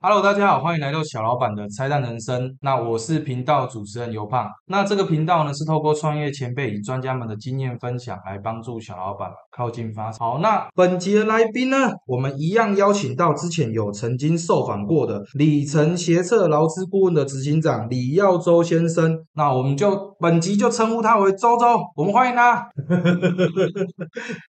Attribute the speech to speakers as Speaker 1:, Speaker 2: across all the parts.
Speaker 1: Hello，大家好，欢迎来到小老板的拆弹人生。那我是频道主持人尤胖。那这个频道呢，是透过创业前辈与专家们的经验分享，来帮助小老板靠近发展。好，那本集的来宾呢，我们一样邀请到之前有曾经受访过的里程协策劳资顾问的执行长李耀周先生。那我们就本集就称呼他为周周，我们欢迎他。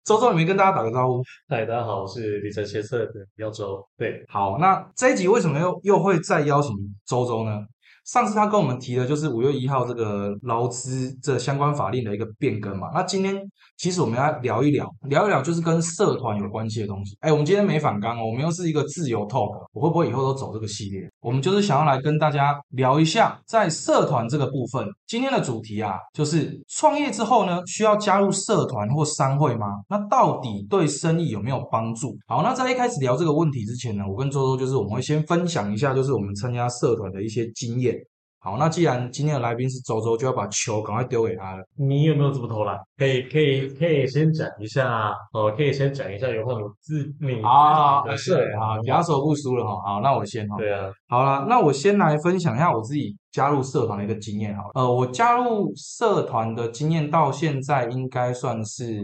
Speaker 1: 周周，你没跟大家打个招呼？
Speaker 2: 嗨，大家好，我是里程协策的耀州。对，
Speaker 1: 好，那这一集为什么又又会再邀请周周呢？上次他跟我们提的就是五月一号这个劳资这相关法令的一个变更嘛。那今天其实我们要聊一聊，聊一聊就是跟社团有关系的东西。哎，我们今天没反刚哦，我们又是一个自由 talk，我会不会以后都走这个系列？我们就是想要来跟大家聊一下在社团这个部分。今天的主题啊，就是创业之后呢，需要加入社团或商会吗？那到底对生意有没有帮助？好，那在一开始聊这个问题之前呢，我跟周周就是我们会先分享一下，就是我们参加社团的一些经验。好，那既然今天的来宾是周周，就要把球赶快丢给他了。
Speaker 2: 你有没有这么投篮？可以，可以，可以先讲一下哦，可以先讲一下有空有自你
Speaker 1: 啊，
Speaker 2: 自己的
Speaker 1: 是啊，假手不输了哈。好，那我先哈。
Speaker 2: 对啊，
Speaker 1: 好啦，那我先来分享一下我自己加入社团的一个经验好了。呃，我加入社团的经验到现在应该算是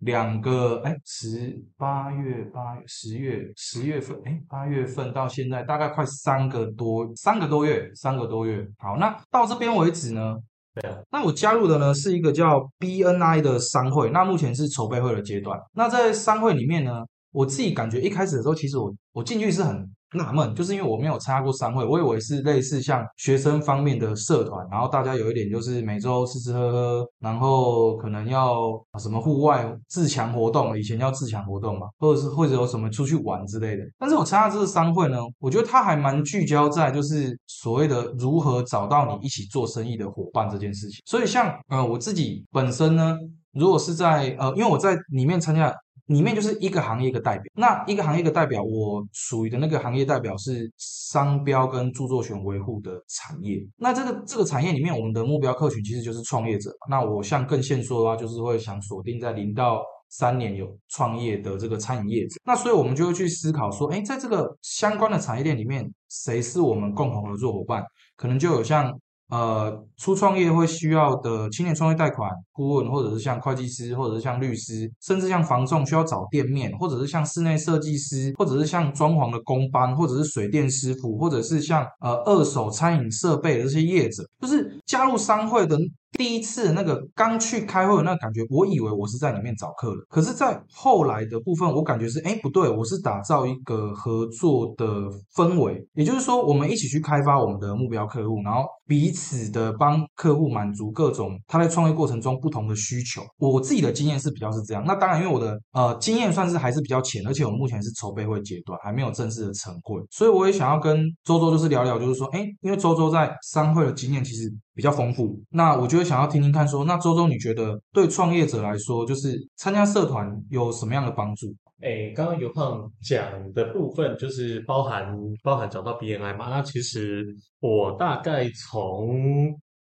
Speaker 1: 两个，哎，十八月、八月、十月、十月份，哎，八月份到现在大概快三个多，三个多月，三个多月。好，那到这边为止呢，
Speaker 2: 对啊，
Speaker 1: 那我加入的呢是一个叫 BNI 的商会，那目前是筹备会的阶段。那在商会里面呢，我自己感觉一开始的时候，其实我我进去是很纳闷，就是因为我没有参加过商会，我以为是类似像学生方面的社团，然后大家有一点就是每周吃吃喝喝，然后可能要什么户外自强活动，以前叫自强活动嘛，或者是或者有什么出去玩之类的。但是我参加这个商会呢，我觉得它还蛮聚焦在就是所谓的如何找到你一起做生意的伙伴这件事情。所以像呃我自己本身呢，如果是在呃，因为我在里面参加里面就是一个行业一个代表，那一个行业一个代表，我属于的那个行业代表是商标跟著作权维护的产业。那这个这个产业里面，我们的目标客群其实就是创业者嘛。那我像更现说的话，就是会想锁定在零到三年有创业的这个餐饮业者。那所以我们就会去思考说，哎，在这个相关的产业链里面，谁是我们共同合作伙伴？可能就有像呃，初创业会需要的青年创业贷款顾问，或者是像会计师，或者是像律师，甚至像房仲需要找店面，或者是像室内设计师，或者是像装潢的工班，或者是水电师傅，或者是像呃二手餐饮设备的这些业者，就是加入商会的第一次那个刚去开会的那个感觉，我以为我是在里面找客人，可是，在后来的部分，我感觉是，哎，不对，我是打造一个合作的氛围，也就是说，我们一起去开发我们的目标客户，然后彼此的帮客户满足各种他在创业过程中不同的需求。我自己的经验是比较是这样，那当然，因为我的呃经验算是还是比较浅，而且我目前是筹备会阶段，还没有正式的成会，所以我也想要跟周周就是聊聊，就是说，哎，因为周周在商会的经验其实比较丰富。那我就会想要听听看说那周周你觉得对创业者来说，就是参加社团有什么样的帮助？
Speaker 2: 哎，刚刚尤胖讲的部分就是包含包含讲到 BNI 嘛，那其实我大概从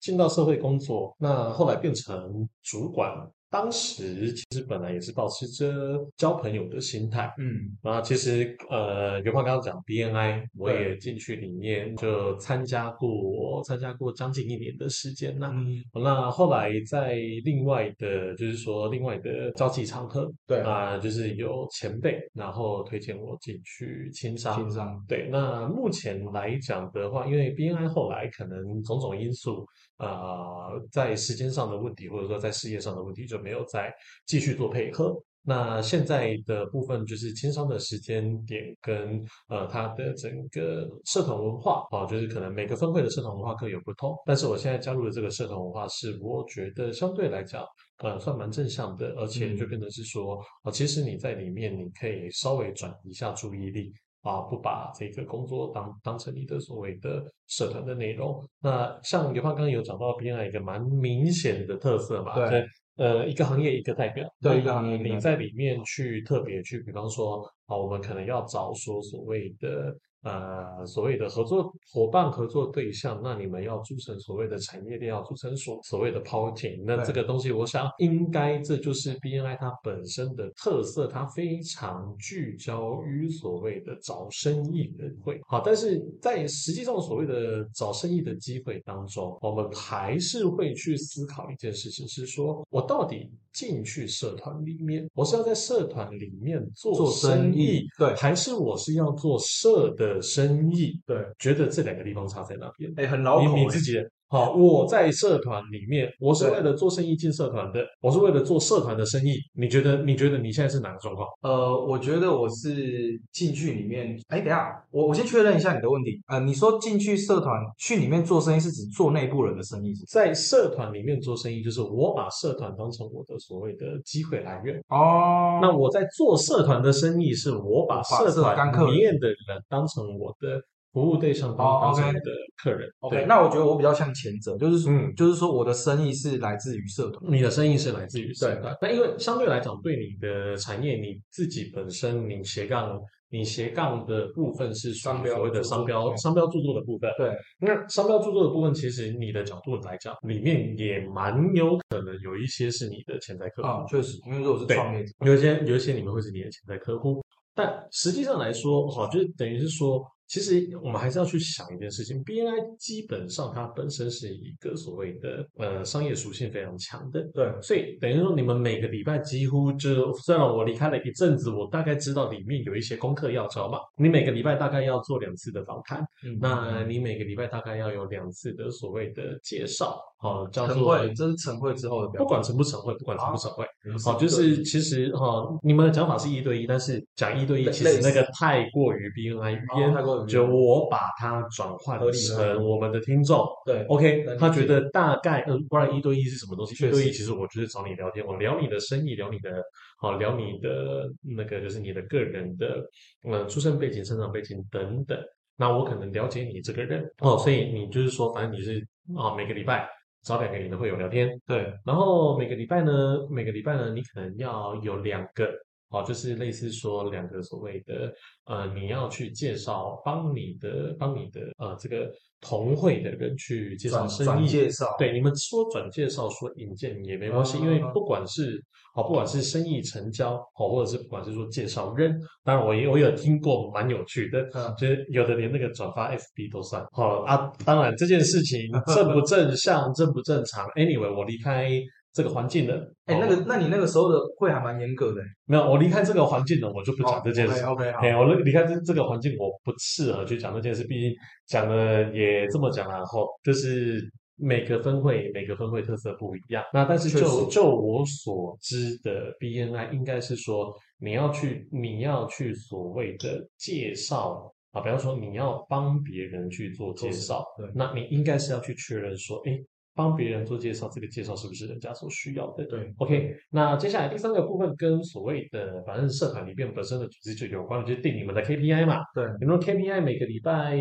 Speaker 2: 进到社会工作，那后来变成主管，当时其实本来也是保持着交朋友的心态。
Speaker 1: 嗯
Speaker 2: 然后其实呃，刘胖刚刚讲 BNI，我
Speaker 1: 对
Speaker 2: 也进去里面就参加过，参加过将近一年的时间呐、
Speaker 1: 嗯，
Speaker 2: 那后来在另外的，就是说另外的交际场合，
Speaker 1: 对
Speaker 2: 啊、就是有前辈然后推荐我进去轻商
Speaker 1: 经。商
Speaker 2: 对，那目前来讲的话，因为 BNI 后来可能种种因素，呃，在时间上的问题，或者说在事业上的问题，就没有再继续做配合。那现在的部分就是轻商的时间点跟呃它的整个社团文化啊、就是可能每个分会的社团文化各有不同。但是我现在加入的这个社团文化是，我觉得相对来讲，呃，算蛮正向的，而且就
Speaker 1: 嗯
Speaker 2: 变成是说，呃，其实你在里面你可以稍微转移一下注意力，啊，不把这个工作当当成你的所谓的社团的内容。那像刘胖刚刚有讲到 BNI 一个蛮明显的特色嘛，
Speaker 1: 对
Speaker 2: 就是，呃，一个行业一个代表，
Speaker 1: 对
Speaker 2: 那
Speaker 1: 一个行业一个代
Speaker 2: 你
Speaker 1: 表
Speaker 2: 在里面去特别去，比方说啊，我们可能要找说所谓的呃所谓的合作伙伴、合作对象，那你们要组成所谓的产业链，要组成所所谓的 party。那
Speaker 1: 对
Speaker 2: 这个东西，我想应该这就是 BNI 它本身的特色，它非常聚焦于所谓的找生意人会。好，但是在实际上所谓的找生意的机会当中，我们还是会去思考一件事情，是说我到底进去社团里面，我是要在社团里面做
Speaker 1: 做生
Speaker 2: 意
Speaker 1: 意，对
Speaker 2: 还是我是要做社的生意？
Speaker 1: 对，
Speaker 2: 觉得这两个地方差在哪边？
Speaker 1: 哎、很老口、
Speaker 2: 你你
Speaker 1: 欸
Speaker 2: 自己人。好，我在社团里面，我是
Speaker 1: 对
Speaker 2: 为了做生意进社团的，我是为了做社团的生意。你觉得？你觉得你现在是哪个状况？
Speaker 1: 呃，我觉得我是进去里面，哎，等一下，我我先确认一下你的问题。呃，你说进去社团去里面做生意是指做内部人的生意是不是？
Speaker 2: 在社团里面做生意，就是我把社团当成我的所谓的机会来源。
Speaker 1: 哦
Speaker 2: 那我在做社团的生意，是我把社
Speaker 1: 把社
Speaker 2: 团
Speaker 1: 当客人
Speaker 2: 里面的人当成我的服务对象，当
Speaker 1: 哦
Speaker 2: 当成我
Speaker 1: OK
Speaker 2: 的客人。
Speaker 1: OK，
Speaker 2: 对，
Speaker 1: 那我觉得我比较像前者，就是说、
Speaker 2: 嗯
Speaker 1: 就是说我的生意是来自于社团。
Speaker 2: 你的生意是来自于社团，那因为相对来讲，对你的产业你自己本身，你斜杠，你斜杠的部分是属
Speaker 1: 商
Speaker 2: 于
Speaker 1: 标
Speaker 2: 所谓的
Speaker 1: 著作
Speaker 2: 商标
Speaker 1: 对
Speaker 2: 商标著作的部分。
Speaker 1: 对，
Speaker 2: 那商标著作的部分，其实你的角度来讲，里面也蛮有可能有一些是你的潜在客户。
Speaker 1: 啊、确实，因为我是
Speaker 2: 对
Speaker 1: 创业者。
Speaker 2: 有一些有一些你们会是你的潜在客户，但实际上来说，哈，就是等于是说，其实我们还是要去想一件事情，BNI 基本上它本身是一个所谓的呃商业属性非常强的，
Speaker 1: 对，
Speaker 2: 所以等于说你们每个礼拜几乎就，虽然我离开了一阵子，我大概知道里面有一些功课要交嘛，你每个礼拜大概要做两次的访谈，
Speaker 1: 嗯
Speaker 2: 那你每个礼拜大概要有两次的所谓的介绍，哦，叫
Speaker 1: 晨
Speaker 2: 做
Speaker 1: 会，这是晨会之后的表
Speaker 2: 不管成不成会，不管成不成会。
Speaker 1: 现。
Speaker 2: 好，就是其实哈、你们的讲法是一对一，但是讲一对一，
Speaker 1: 类
Speaker 2: 其实那个
Speaker 1: 类
Speaker 2: 太过于 BNI 语
Speaker 1: 哦太过于
Speaker 2: 言，
Speaker 1: 语言
Speaker 2: 就我把它转换
Speaker 1: 合理合
Speaker 2: 成
Speaker 1: 理
Speaker 2: 我们的听众。
Speaker 1: 对
Speaker 2: OK，
Speaker 1: 能理
Speaker 2: 他
Speaker 1: 解
Speaker 2: 觉得大概，呃，不然一对一是什么东西？
Speaker 1: 确
Speaker 2: 一
Speaker 1: 实
Speaker 2: 对一其实我就是找你聊天，我聊你的生意，聊你的，好、聊你的那个就是你的个人的，呃，出生背景、成长背景等等。那我可能了解你这个人哦，所以你就是说，反正你是啊、每个礼拜找两个你的会友聊天，
Speaker 1: 对
Speaker 2: 然后每个礼拜呢，每个礼拜呢，你可能要有两个哦，就是类似说两个所谓的呃，你要去介绍，帮你的帮你的呃这个同会的人去介绍
Speaker 1: 转
Speaker 2: 生
Speaker 1: 转
Speaker 2: 意。
Speaker 1: 介绍。
Speaker 2: 对，你们说转介绍说引荐也没关系，因为
Speaker 1: 嗯
Speaker 2: 不管是哦，不管是生意成交哦，或者是不管是说介绍人，当然我也我有听过蛮有趣的，
Speaker 1: 嗯，
Speaker 2: 就是有的连那个转发 FB 都算。好、啊，当然这件事 情正不正向、正不正常，anyway，我离开这个环境了。
Speaker 1: 哎、那
Speaker 2: 哦
Speaker 1: 个，那你那个时候的会还蛮严格的、
Speaker 2: 没有，我离开这个环境了，我就不讲这件事。
Speaker 1: 哦、OK，, o 好
Speaker 2: 哎、我离开这这个环境，我不适合去讲这件事，毕竟讲了也这么讲了，然后就是每个分会每个分会特色不一样。那但是
Speaker 1: 确
Speaker 2: 就
Speaker 1: 实
Speaker 2: 就我所知的 BNI 应该是说，你要去你要去所谓的介绍啊，比方说你要帮别人去做介绍，
Speaker 1: 做对
Speaker 2: 那你应该是要去确认说，哎，帮别人做介绍，这个介绍是不是人家所需要的？
Speaker 1: 对
Speaker 2: OK，那接下来第三个部分跟所谓的反正社团里面本身的组织就有关了，就是定你们的 KPI 嘛。
Speaker 1: 对
Speaker 2: 你们的 KPI 每个礼拜，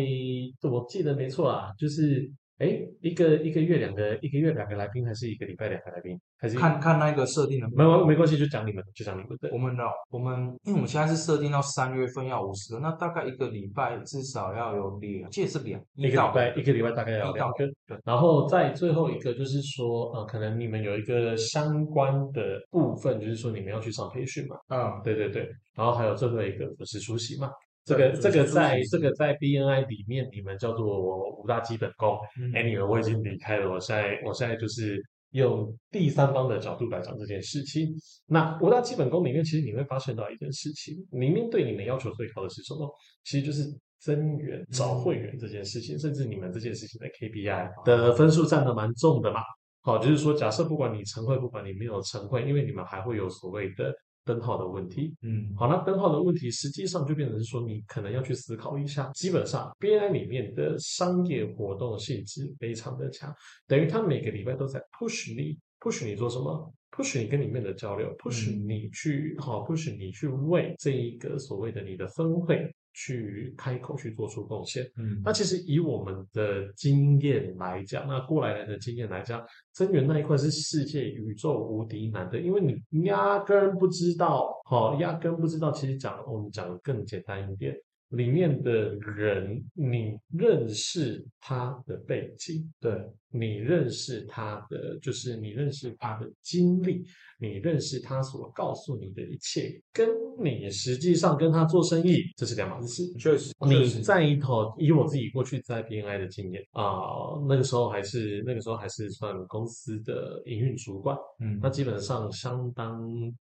Speaker 2: 我记得没错啊，就是诶一个一个月两个，一个月两个来宾，还是一个礼拜两个来宾，还是
Speaker 1: 看看那个设定的
Speaker 2: 没有没关系，就讲你们的，就讲你们的
Speaker 1: 我。们的哦我们，因为我们现在是设定到三月份要五十个，那大概一个礼拜至少要有两，这也是两
Speaker 2: 一个
Speaker 1: 到
Speaker 2: 礼拜，一个礼拜大概要
Speaker 1: 一
Speaker 2: 两
Speaker 1: 到
Speaker 2: 个
Speaker 1: 对，
Speaker 2: 然后再最后一个就是说，呃，可能你们有一个相关的部分，就是说你们要去上培训嘛。
Speaker 1: 嗯，
Speaker 2: 对对对，然后还有最后一个准时出席嘛，这
Speaker 1: 对
Speaker 2: 个这
Speaker 1: 准时
Speaker 2: 个
Speaker 1: 出
Speaker 2: 在
Speaker 1: 席
Speaker 2: 这个在 BNI 里面你们叫做五大基本功。Anyway，我已
Speaker 1: 嗯
Speaker 2: 经离开了，我现在我现在就是用第三方的角度来讲这件事情。那五大基本功里面，其实你会发现到一件事情，里面对你们要求最高的是什么？其实就是增援、找会员这件事情，甚至你们这件事情的 KPI 的分数占的蛮重的嘛。好，就是说，假设不管你成会，不管你没有成会，因为你们还会有所谓的灯号的问题，
Speaker 1: 嗯，
Speaker 2: 好，那灯号的问题实际上就变成是说，你可能要去思考一下。基本上，BNI 里面的商业活动性质非常的强，等于它每个礼拜都在 push 你，push 你做什么？push 你跟里面的交流，push
Speaker 1: 嗯
Speaker 2: 你去好，push 你去为这一个所谓的你的分会去开口去做出贡献。
Speaker 1: 嗯，
Speaker 2: 那其实以我们的经验来讲，那过来人的经验来讲，增援那一块是世界宇宙无敌难的，因为你压根不知道，哦，压根不知道。其实讲我们讲得更简单一点，里面的人，你认识他的背景，
Speaker 1: 对，
Speaker 2: 你认识他的，就是你认识他的经历，你认识他所告诉你的一切，跟你实际上跟他做生意，这是两码子事。
Speaker 1: 确实，确
Speaker 2: 你
Speaker 1: 实
Speaker 2: 在一头，以我自己过去在 BNI 的经验啊、那个时候还是那个时候还是算公司的营运主管，
Speaker 1: 嗯
Speaker 2: 那，基本上相当，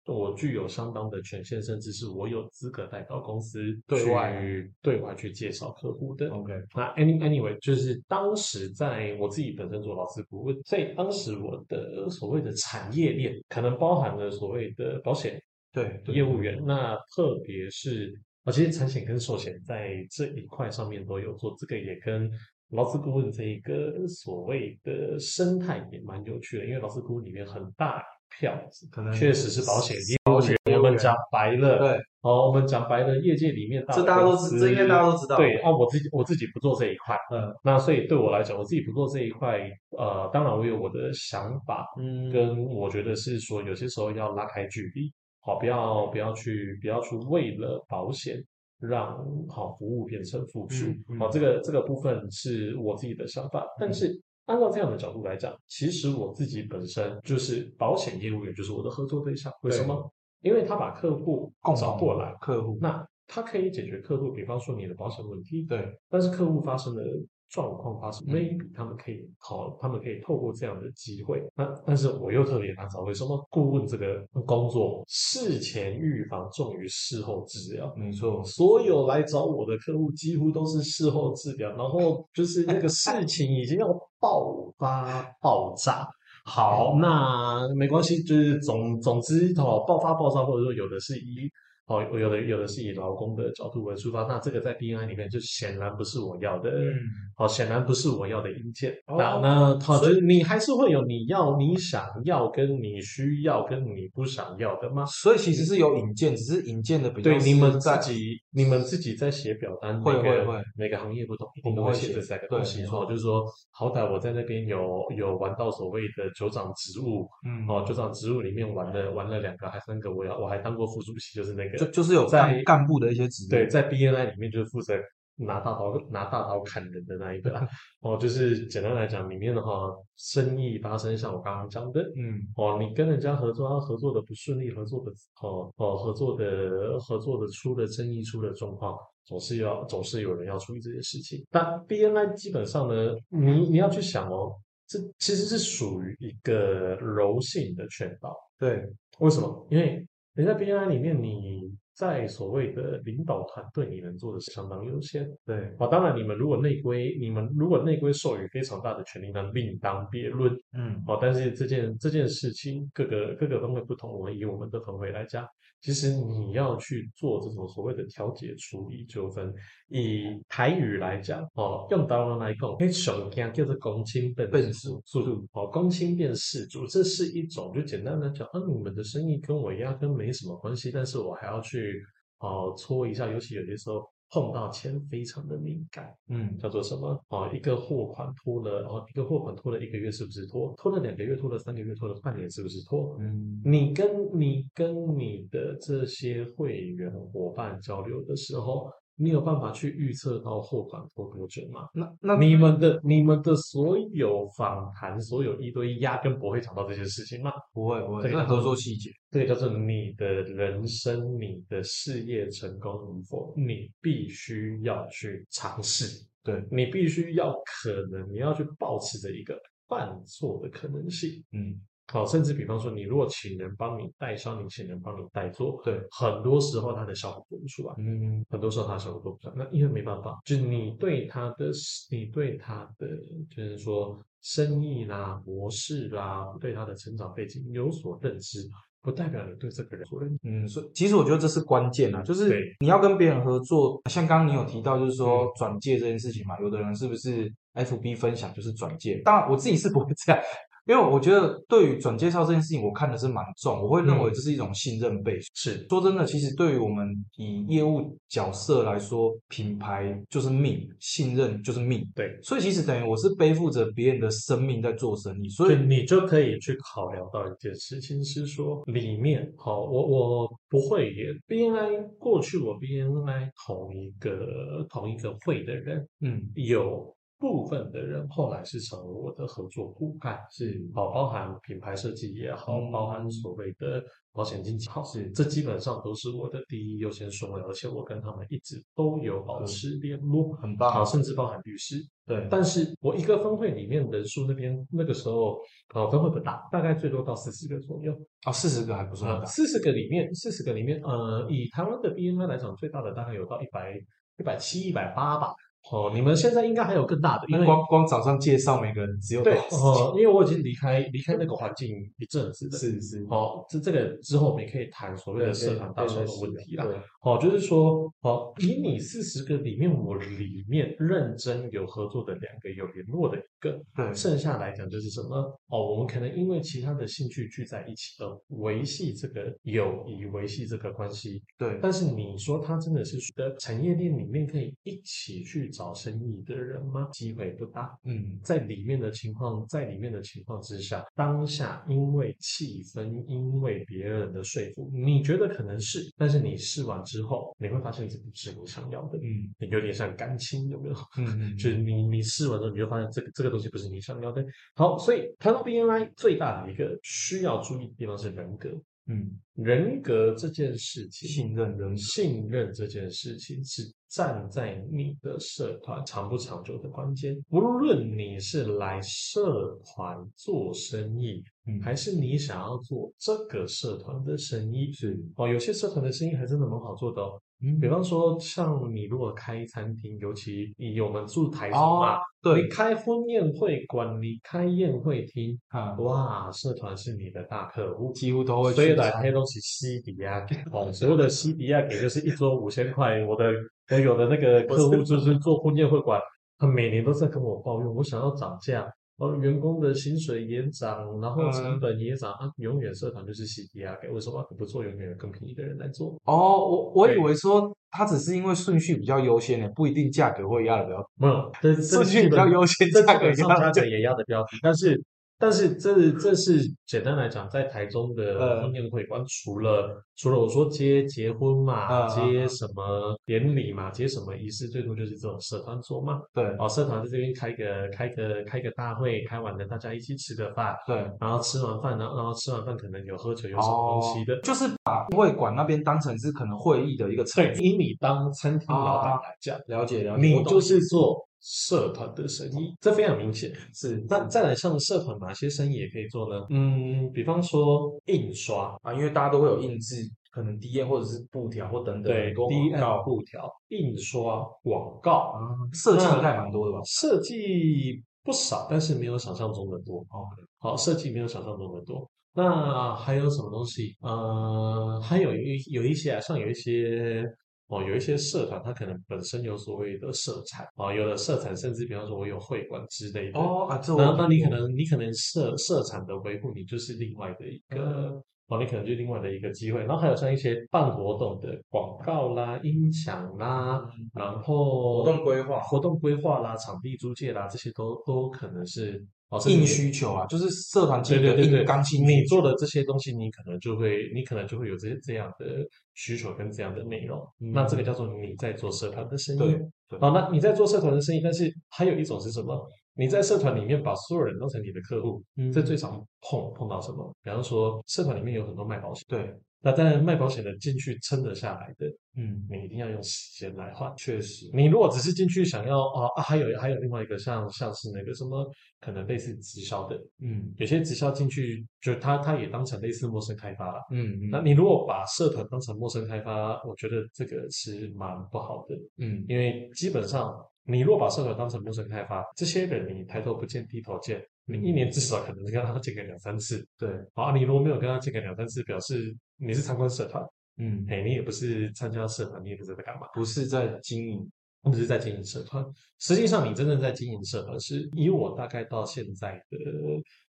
Speaker 2: 我具有相当的权限，甚至是我有资格代表公司
Speaker 1: 对外哦
Speaker 2: 去对外去介绍客户的。
Speaker 1: OK，
Speaker 2: 那 any anyway，就是当时在我自己本身做劳资顾问，所以当时我的所谓的产业链，可能包含了所谓的保险
Speaker 1: 对，对
Speaker 2: 业务员，那特别是啊，其实产险跟寿险在这一块上面都有做，这个也跟劳资顾问这一个所谓的生态也蛮有趣的，因为劳资顾问里面很大一票
Speaker 1: 可能
Speaker 2: 确实是保险业
Speaker 1: 保
Speaker 2: 务
Speaker 1: 险
Speaker 2: 员，
Speaker 1: 业务
Speaker 2: 我们
Speaker 1: 员
Speaker 2: 讲白了，
Speaker 1: 对，
Speaker 2: 哦，我们讲白了，业界里面大
Speaker 1: 这
Speaker 2: 的
Speaker 1: 大家都
Speaker 2: 公
Speaker 1: 知，
Speaker 2: 司
Speaker 1: 这应该大家都知道，
Speaker 2: 对，啊，我自己我自己不做这一块，
Speaker 1: 嗯
Speaker 2: 那所以对我来讲，我自己不做这一块，呃，当然我有我的想法，
Speaker 1: 嗯，
Speaker 2: 跟我觉得是说，有些时候要拉开距离，好，不要不要去不要去为了保险让好服务变成附属
Speaker 1: 嗯，嗯
Speaker 2: 好，这个这个部分是我自己的想法，但是。按照这样的角度来讲，其实我自己本身就是保险业务员，就是我的合作对象。为什么？因为他把客户
Speaker 1: 共
Speaker 2: 找
Speaker 1: 同
Speaker 2: 过来，
Speaker 1: 客户，
Speaker 2: 那他可以解决客户，比方说你的保险问题，
Speaker 1: 对，
Speaker 2: 但是客户发生的状况发生
Speaker 1: 嗯
Speaker 2: ，maybe 他们可以好，他们可以透过这样的机会。那但是我又特别难找，为什么顾问这个工作事前预防重于事后治疗？
Speaker 1: 没错，
Speaker 2: 所有来找我的客户几乎都是事后治疗，然后就是那个事情已经要爆发爆炸。好，那没关系，就是总总之哦，爆发爆炸，或者说有的是以哦，有的有的是以劳工的角度为出发，那这个在 BNI 里面就显然不是我要的，
Speaker 1: 嗯，
Speaker 2: 好、显然不是我要的硬件。
Speaker 1: 哦
Speaker 2: 那那好，
Speaker 1: 所
Speaker 2: 就
Speaker 1: 以
Speaker 2: 是你还是会有你要、你想要、跟你需要、跟你不想要的吗？
Speaker 1: 所以其实是有引荐，只是引荐的比较
Speaker 2: 对，你们
Speaker 1: 是
Speaker 2: 自
Speaker 1: 在
Speaker 2: 己，你们自己在写表单，
Speaker 1: 会
Speaker 2: 每个
Speaker 1: 会会，
Speaker 2: 每个行业不同，一定
Speaker 1: 我
Speaker 2: 都
Speaker 1: 们
Speaker 2: 会
Speaker 1: 会
Speaker 2: 写
Speaker 1: 写
Speaker 2: 这三个
Speaker 1: 对
Speaker 2: 东西
Speaker 1: 没
Speaker 2: 哦，
Speaker 1: 错
Speaker 2: 就是说，好歹我在那边有有玩到所谓的九掌植物
Speaker 1: 嗯
Speaker 2: 哦，九掌植物里面玩了玩了两个还三个，我要我还当过副主席，就是那个
Speaker 1: 就就是有干
Speaker 2: 在
Speaker 1: 干部的一些职
Speaker 2: 对，
Speaker 1: 位，
Speaker 2: 在 BNI 里面就是负责拿大刀拿大刀砍人的那一个 啦哦，就是简单来讲，里面的话生意发生像我刚刚讲的，
Speaker 1: 嗯，
Speaker 2: 哦，你跟人家合作，他合作的不顺利，合作的哦哦，合作的合作的出了争议，出了状况，总是要总是有人要处理这些事情。但 BNI 基本上呢，你你要去想哦，这其实是属于一个柔性的劝导。
Speaker 1: 对，
Speaker 2: 为什么？因为人家 BNI 里面，你在所谓的领导团队，你能做的是相当优先。
Speaker 1: 对，
Speaker 2: 哦，当然，你们如果内规，你们如果内规授予非常大的权利，那另当别论。
Speaker 1: 嗯，
Speaker 2: 哦，但是这件这件事情，各个各个分会不同，我们以我们的分会来讲，其实你要去做这种所谓的调解、处理纠纷，以台语来讲，哦，用台湾来讲，那首先叫做公亲变
Speaker 1: 变
Speaker 2: 事
Speaker 1: 事
Speaker 2: 主，哦，公亲变事主，这是一种就简单来讲，啊，你们的生意跟我压根没什么关系，但是我还要去哦搓一下，尤其有些时候碰到钱非常的敏感。
Speaker 1: 嗯，
Speaker 2: 叫做什么啊？一个货款拖了，哦，一个货款拖了一个月是不是拖？拖了两个月，拖了三个月，拖了半年是不是拖？
Speaker 1: 嗯，
Speaker 2: 你跟你跟你的这些会员伙伴交流的时候，你有办法去预测到货款拖多久吗？
Speaker 1: 那那
Speaker 2: 你们的你们的所有访谈，所有一对一，压根不会讲到这些事情吗？
Speaker 1: 不会不会，
Speaker 2: 对
Speaker 1: 那合作细节，
Speaker 2: 这个叫做你的人生、你的事业成功与否，你必须要去尝试。
Speaker 1: 对，
Speaker 2: 你必须要可能，你要去保持着一个犯错的可能性。
Speaker 1: 嗯，
Speaker 2: 好，甚至比方说，你如果请人帮你代销，你请人帮你代做，
Speaker 1: 对，
Speaker 2: 很多时候它的效果做不出来，
Speaker 1: 嗯，
Speaker 2: 很多时候它的效果做不出来。那因为没办法，就是你对它的，你对它的，就是说生意啦、模式啦，对它的成长背景有所认知，不代表你对这个人有所认知。
Speaker 1: 嗯，所以其实我觉得这是关键啊，就是
Speaker 2: 对嗯
Speaker 1: 你要跟别人合作，像刚刚你有提到，就是说转介这件事情嘛，有的人是不是 FB 分享就是转介？当然我自己是不会这样，因为我觉得对于转介绍这件事情，我看的是蛮重，我会认为
Speaker 2: 嗯
Speaker 1: 这是一种信任背书。
Speaker 2: 是
Speaker 1: 说真的，其实对于我们以业务角色来说，品牌就是命，信任就是命。
Speaker 2: 对，
Speaker 1: 所以其实等于我是背负着别人的生命在做生意，所
Speaker 2: 所
Speaker 1: 以
Speaker 2: 以你就可以去考量到一件事情是说，里面好，我我不会也 BNI 过去我 BNI 同一个同一个会的人，
Speaker 1: 嗯
Speaker 2: 有部分的人后来是成为我的合作伙伴，
Speaker 1: 是
Speaker 2: 好，包含品牌设计也好，
Speaker 1: 嗯
Speaker 2: 包含所谓的保险经纪好，
Speaker 1: 是
Speaker 2: 这基本上都是我的第一优先顺位，而且我跟他们一直都有保
Speaker 1: 嗯
Speaker 2: 持联络，
Speaker 1: 很
Speaker 2: 好，
Speaker 1: 棒，
Speaker 2: 甚至包含律师。
Speaker 1: 对，
Speaker 2: 但是我一个分会里面人数那边那个时候，呃，分会不大，大概最多到四十个左右。
Speaker 1: 哦，四十个还不算
Speaker 2: 呃，
Speaker 1: 大，
Speaker 2: 四十个里面，四十个里面，呃，以台湾的 BNI 来讲，最大的大概有到一百、一百七、一百八吧。哦，你们现在应该还有更大的，因
Speaker 1: 那
Speaker 2: 为
Speaker 1: 光光早上介绍每个人只有
Speaker 2: 对
Speaker 1: 多少
Speaker 2: 哦、因为我已经离开离开那个环境一阵子了。
Speaker 1: 是是，
Speaker 2: 哦，这这个之后我们也可以谈所谓
Speaker 1: 对
Speaker 2: 的
Speaker 1: 对
Speaker 2: 社团大小
Speaker 1: 对
Speaker 2: 的问
Speaker 1: 是
Speaker 2: 题啦。
Speaker 1: 对
Speaker 2: 哦，就是说，哦，以你四十个里面，我里面认真有合作的两个，有联络的一个，
Speaker 1: 对
Speaker 2: 剩下来讲就是什么？哦，我们可能因为其他的兴趣聚在一起，而维系这个友谊，维系这个关系。
Speaker 1: 对
Speaker 2: 但是你说他真的是的产业链里面可以一起去找生意的人吗？机会不大。
Speaker 1: 嗯
Speaker 2: 在里面的情况，在里面的情况之下，当下因为气氛，因为别人的说服，你觉得可能是，但是你试完之后，你会发现这不是你想要的，
Speaker 1: 嗯
Speaker 2: 你有点像感情，有没 有？
Speaker 1: 嗯嗯，
Speaker 2: 就是你你试完之后，你就发现这个这个东西不是你想要的。好，所以谈到 BNI 最大的一个需要注意的地方是人格，
Speaker 1: 嗯
Speaker 2: 人格这件事情，
Speaker 1: 信任人格
Speaker 2: 信任这件事情是站在你的社团长不长久的关键。无论你是来社团做生意，
Speaker 1: 嗯
Speaker 2: 还是你想要做这个社团的生意，
Speaker 1: 是
Speaker 2: 哦，有些社团的生意还真的蛮好做的哦。
Speaker 1: 嗯
Speaker 2: 比方说，像你如果开餐厅，尤其以我们住台中嘛，
Speaker 1: 哦
Speaker 2: 你
Speaker 1: 对
Speaker 2: 开婚宴会馆，你开宴会厅，
Speaker 1: 啊，
Speaker 2: 哇，社团是你的大客户，
Speaker 1: 几乎都会
Speaker 2: 所以
Speaker 1: 去
Speaker 2: 把
Speaker 1: 参
Speaker 2: 那些东西西抵押给，哦，所有的西抵押给就是一桌五千块。我的我有的那个客户就是做婚宴会馆，他每年都在跟我抱怨，我想要涨价，哦，员工的薪水也涨，然后成本也涨，啊，永远社团就是西抵押给，为什么你不做永远有更便宜的人来做？
Speaker 1: 哦，我我以
Speaker 2: 对
Speaker 1: 为说它只是因为顺序比较优先呢，不一定价格会压的比较低，
Speaker 2: 没有，这这
Speaker 1: 顺
Speaker 2: 是
Speaker 1: 序
Speaker 2: 基
Speaker 1: 比
Speaker 2: 本
Speaker 1: 较优先，
Speaker 2: 这
Speaker 1: 价
Speaker 2: 价
Speaker 1: 格
Speaker 2: 格上价
Speaker 1: 压
Speaker 2: 格
Speaker 1: 低。
Speaker 2: 也压的标题，但是但是这这是简单来讲，在台中的
Speaker 1: 呃
Speaker 2: 婚宴会馆，除了除了我说接结婚嘛，
Speaker 1: 呃
Speaker 2: 接什么典礼嘛，接什么仪式，最多就是这种社团桌嘛。
Speaker 1: 对
Speaker 2: 哦，社团在这边开个开个开个大会，开完了大家一起吃个饭，
Speaker 1: 对，
Speaker 2: 然后吃完饭，然后然后吃完饭可能有喝酒，有什么东西的。
Speaker 1: 就是把会馆那边当成是可能会议的一个场
Speaker 2: 对，
Speaker 1: 景。
Speaker 2: 以你当餐厅老板
Speaker 1: 啊
Speaker 2: 来讲，
Speaker 1: 了解了解，
Speaker 2: 你
Speaker 1: 我懂
Speaker 2: 就是做社团的生意，这非常明显。
Speaker 1: 是
Speaker 2: 那再来，像社团哪些生意也可以做呢？嗯，比方说印刷，
Speaker 1: 啊，因为大家都会有印制，可能 D N 或者是布条或等等
Speaker 2: 对
Speaker 1: 很多
Speaker 2: ，D
Speaker 1: 广
Speaker 2: N
Speaker 1: 告
Speaker 2: 布条、印刷、广告、
Speaker 1: 啊，设计应该蛮多的吧？
Speaker 2: 设计不少，但是没有想象中的多。
Speaker 1: 哦，
Speaker 2: 好，设计没有想象中的多。那还有什么东西？呃，还有一有一些啊，像有一些哦，有一些社团，它可能本身有所谓的社产啊、哦，有的社产甚至比方说我有会馆之类的。
Speaker 1: 哦啊，这我
Speaker 2: 那那你
Speaker 1: 听
Speaker 2: 可
Speaker 1: 过
Speaker 2: 能你可能社社产的维护，你就是另外的一个
Speaker 1: 嗯
Speaker 2: 哦，你可能就另外的一个机会。然后还有像一些办活动的广告啦、音响啦，
Speaker 1: 嗯
Speaker 2: 然后
Speaker 1: 活动规划
Speaker 2: 活动规划啦、场地租借啦，这些都都可能是哦，甚至
Speaker 1: 硬
Speaker 2: 你
Speaker 1: 需求啊，就是社团经
Speaker 2: 对
Speaker 1: 营
Speaker 2: 对
Speaker 1: 的
Speaker 2: 对对，
Speaker 1: 硬刚性
Speaker 2: 你
Speaker 1: 需
Speaker 2: 做的这些东西，你可能就会，你可能就会有这些这样的需求跟这样的内容。
Speaker 1: 嗯
Speaker 2: 那这个叫做你在做社团的生意。
Speaker 1: 对对
Speaker 2: 好，那你在做社团的生意，但是还有一种是什么？你在社团里面把所有人当成你的客户，
Speaker 1: 嗯
Speaker 2: 这最常碰碰到什么？比方说，社团里面有很多卖保险，
Speaker 1: 对，
Speaker 2: 那当然卖保险的进去撑得下来的，
Speaker 1: 嗯，
Speaker 2: 你一定要用时间来换。
Speaker 1: 确实，
Speaker 2: 你如果只是进去想要啊啊，还有还有另外一个像像是那个什么，可能类似直销的，
Speaker 1: 嗯
Speaker 2: 有些直销进去，就他他也当成类似陌生开发了。
Speaker 1: 嗯
Speaker 2: 那
Speaker 1: 嗯
Speaker 2: 你如果把社团当成陌生开发，我觉得这个是蛮不好的，
Speaker 1: 嗯，
Speaker 2: 因为基本上你若把社团当成陌生开发，这些人你抬头不见低头见，你一年至少可能跟他见个两三次。
Speaker 1: 嗯对，
Speaker 2: 啊，你如果没有跟他见个两三次，表示你是参观社团，
Speaker 1: 嗯，
Speaker 2: 哎，你也不是参加社团，你也不知道在干嘛。
Speaker 1: 不是在经营，
Speaker 2: 我们是在经营社团。实际上，你真正在经营社团，是以我大概到现在的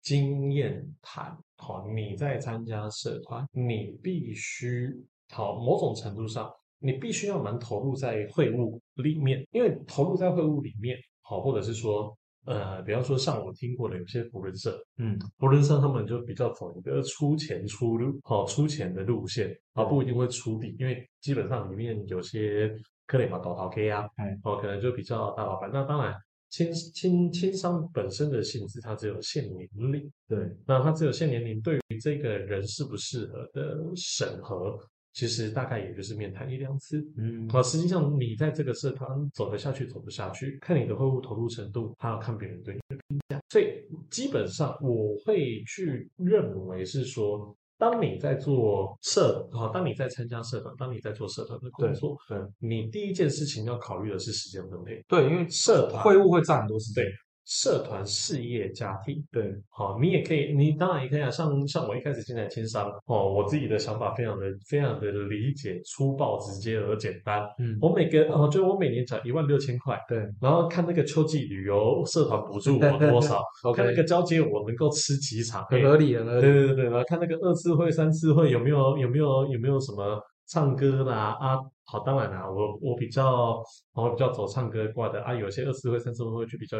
Speaker 2: 经验谈，好，你在参加社团，你必须好某种程度上，你必须要蛮投入在会务里面，因为投入在会务里面，好，或者是说。呃，比方说像我听过的有些福人社，
Speaker 1: 嗯，
Speaker 2: 福人社他们就比较走一个出钱出路，好、出钱的路线，啊，不一定会出力，因为基本上里面有些克雷嘛搞淘 K 啊，
Speaker 1: 哎
Speaker 2: 哦，可能就比较大老板。那当然，轻轻轻商本身的薪资它只有限年龄，
Speaker 1: 对，
Speaker 2: 那它只有限年龄，对于这个人适不适合的审核，其实大概也就是面谈一两次。
Speaker 1: 嗯
Speaker 2: 啊，实际上你在这个社团走得下去，走不下去，看你的会务投入程度，还要看别人对你的评价。所以基本上我会去认为是说，当你在做社啊，当你在参加社团，当你在做社团的工作，
Speaker 1: 对
Speaker 2: 你第一件事情要考虑的是时间分配。
Speaker 1: 对，因为
Speaker 2: 社团
Speaker 1: 会务会占很多时间，
Speaker 2: 社团、事业、家庭，
Speaker 1: 对
Speaker 2: 好、你也可以，你当然也可以啊。像像我一开始进来轻商，哦，我自己的想法非常的非常的理解、粗暴、直接而简单。
Speaker 1: 嗯
Speaker 2: 我每个哦，就我每年缴一万六千块，
Speaker 1: 对
Speaker 2: 然后看那个秋季旅游社团补助 我多少，看那个交接我能够吃几场，
Speaker 1: 很合理，很合
Speaker 2: 对
Speaker 1: 理，
Speaker 2: 对对对，然后看那个二次会、三次会有没有有没有有没有什么唱歌啦啊，好，当然啦、我我比较我比较走唱歌挂的啊，有些二次会、三次会会去比较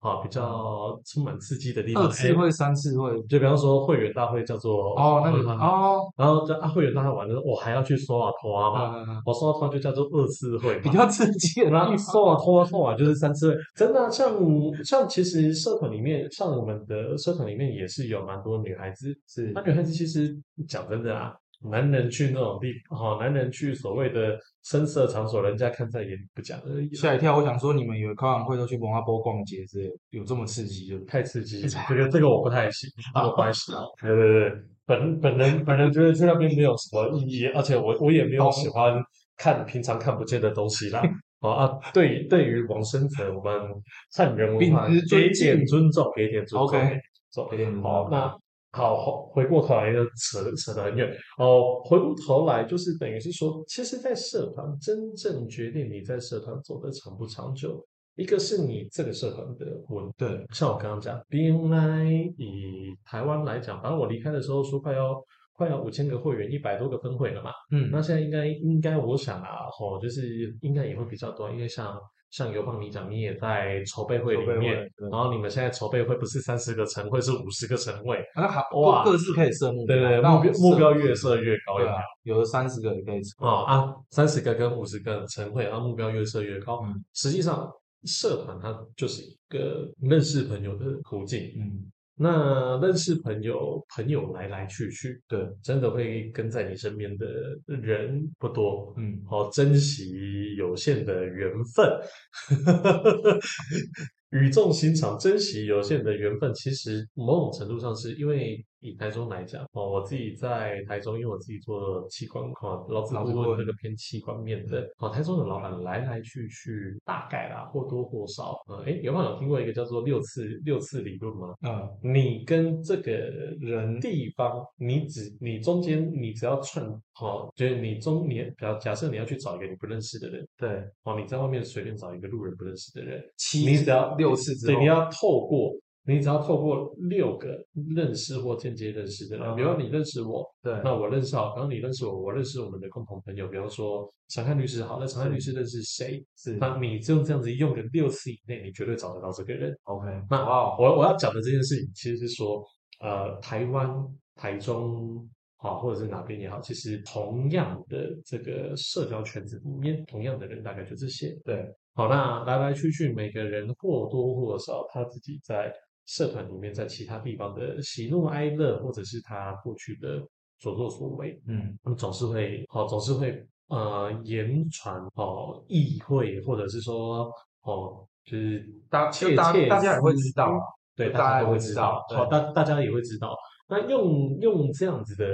Speaker 2: 啊比较充满刺激的地方，
Speaker 1: 二次
Speaker 2: 哎
Speaker 1: 会、三次会，
Speaker 2: 就比方说会员大会叫做
Speaker 1: 哦，那个
Speaker 2: 嗯
Speaker 1: 哦，
Speaker 2: 然后在啊会员大会玩的时候，我还要去刷啊拖啊嘛，
Speaker 1: 呃，
Speaker 2: 我刷啊拖就叫做二次会嘛
Speaker 1: 比。较刺激的
Speaker 2: 然后
Speaker 1: 地方，
Speaker 2: 送啊通啊送啊，就是三次会，真的啊、像像其实社团里面，像我们的社团里面也是有蛮多女孩子，
Speaker 1: 是
Speaker 2: 那女孩子其实讲真的啊，男人去那种地，哦，男人去所谓的深色场所，人家看在眼里不讲而已啦，
Speaker 1: 吓一跳。我想说，你们有开完会都去文化波逛街之类的，有这么刺激就？
Speaker 2: 太刺激了，这个这个我不太行，我不太行，对对对，本本人本人觉得去那边没有什么意义，而且我我也没有
Speaker 1: 懂
Speaker 2: 喜欢看平常看不见的东西啦。哦啊，对于对于往深层，我们汉人文
Speaker 1: 秉
Speaker 2: 化
Speaker 1: 持
Speaker 2: 给一
Speaker 1: 尊
Speaker 2: 点
Speaker 1: 敬
Speaker 2: 尊重，给一点尊重
Speaker 1: OK
Speaker 2: 给一点尊重
Speaker 1: 有点
Speaker 2: 好，那好，回回过头来又扯扯得很远哦。回过头来就是等于是说，其实，在社团真正决定你在社团走的长不长久，一个是你这个社团的文化
Speaker 1: 对，
Speaker 2: 像我刚刚讲，BNI 以台湾来讲，反正我离开的时候说快要快要五千个会员，一百多个分会了嘛。
Speaker 1: 嗯，
Speaker 2: 那现在应该应该我想啊，吼、就是应该也会比较多，因为像像尤胖你讲，你也在筹备会
Speaker 1: 筹备
Speaker 2: 里
Speaker 1: 会
Speaker 2: 面，哦
Speaker 1: 对
Speaker 2: 然后你们现在筹备会不是三十个层会，是五十个层会，
Speaker 1: 那还
Speaker 2: 哇
Speaker 1: 各各自可以设目标，
Speaker 2: 对对对，
Speaker 1: 嗯那
Speaker 2: 目
Speaker 1: 我
Speaker 2: 标
Speaker 1: 们
Speaker 2: 目
Speaker 1: 设
Speaker 2: 标越设越高，
Speaker 1: 对
Speaker 2: 有没有
Speaker 1: 啊，有的三十个也可以设，
Speaker 2: 哦啊，三十个跟五十个晨会，然后目标越设越高。
Speaker 1: 嗯
Speaker 2: 实际上，社团它就是一个认识朋友的途径。
Speaker 1: 嗯，
Speaker 2: 那认识朋友，朋友来来去去，
Speaker 1: 对，
Speaker 2: 真的会跟在你身边的人不多。
Speaker 1: 嗯，
Speaker 2: 好、珍惜有限的缘分， 语重心长，珍惜有限的缘分。其实某种程度上是因为以台中来讲，哦，我自己在台中，因为我自己做器官哦，劳资
Speaker 1: 劳资
Speaker 2: 顾
Speaker 1: 顾
Speaker 2: 问
Speaker 1: 问
Speaker 2: 这个偏器官面的，哦，台中的老板来来去去，大概啦，或多或少，呃，诶，有没有听过一个叫做六次六次理论吗？
Speaker 1: 呃，
Speaker 2: 你跟这个人地方，你只你中间你只要串好，就是你中你假假设你要去找一个你不认识的人，
Speaker 1: 对，
Speaker 2: 哦，你在外面随便找一个路人不认识的人，
Speaker 1: 七
Speaker 2: 你只要
Speaker 1: 六次之
Speaker 2: 嗯对，
Speaker 1: 后
Speaker 2: 你，要透过你只要透过六个认识或间接认识的人，
Speaker 1: 嗯
Speaker 2: 比如你认识我，
Speaker 1: 对，
Speaker 2: 那我认识好，然后你认识我，我认识我们的共同朋友，比方说长汉律师好，那长汉律师认识谁？
Speaker 1: 是
Speaker 2: 那你就这样子用个六次以内，你绝对找得到这个人。
Speaker 1: OK，
Speaker 2: 那
Speaker 1: 哇，哦
Speaker 2: 我我要讲的这件事情，其实是说，呃，台湾、台中啊，或者是哪边也好，其实同样的这个社交圈子里面，同样的人大概就这些。
Speaker 1: 对，
Speaker 2: 好，那来来去去，每个人或多或少他自己在社团里面，在其他地方的喜怒哀乐，或者是他过去的所作所为，
Speaker 1: 嗯，
Speaker 2: 他们总是会哦，总是会呃言传哦意会，或者是说哦，就是
Speaker 1: 大
Speaker 2: 切
Speaker 1: 就大
Speaker 2: 切
Speaker 1: 大家也会知道啊，
Speaker 2: 对，
Speaker 1: 就
Speaker 2: 大
Speaker 1: 大
Speaker 2: 家
Speaker 1: 家
Speaker 2: 都
Speaker 1: 会
Speaker 2: 会
Speaker 1: 知
Speaker 2: 知道
Speaker 1: 道，对
Speaker 2: 好，大大家也会知道。那用用这样子的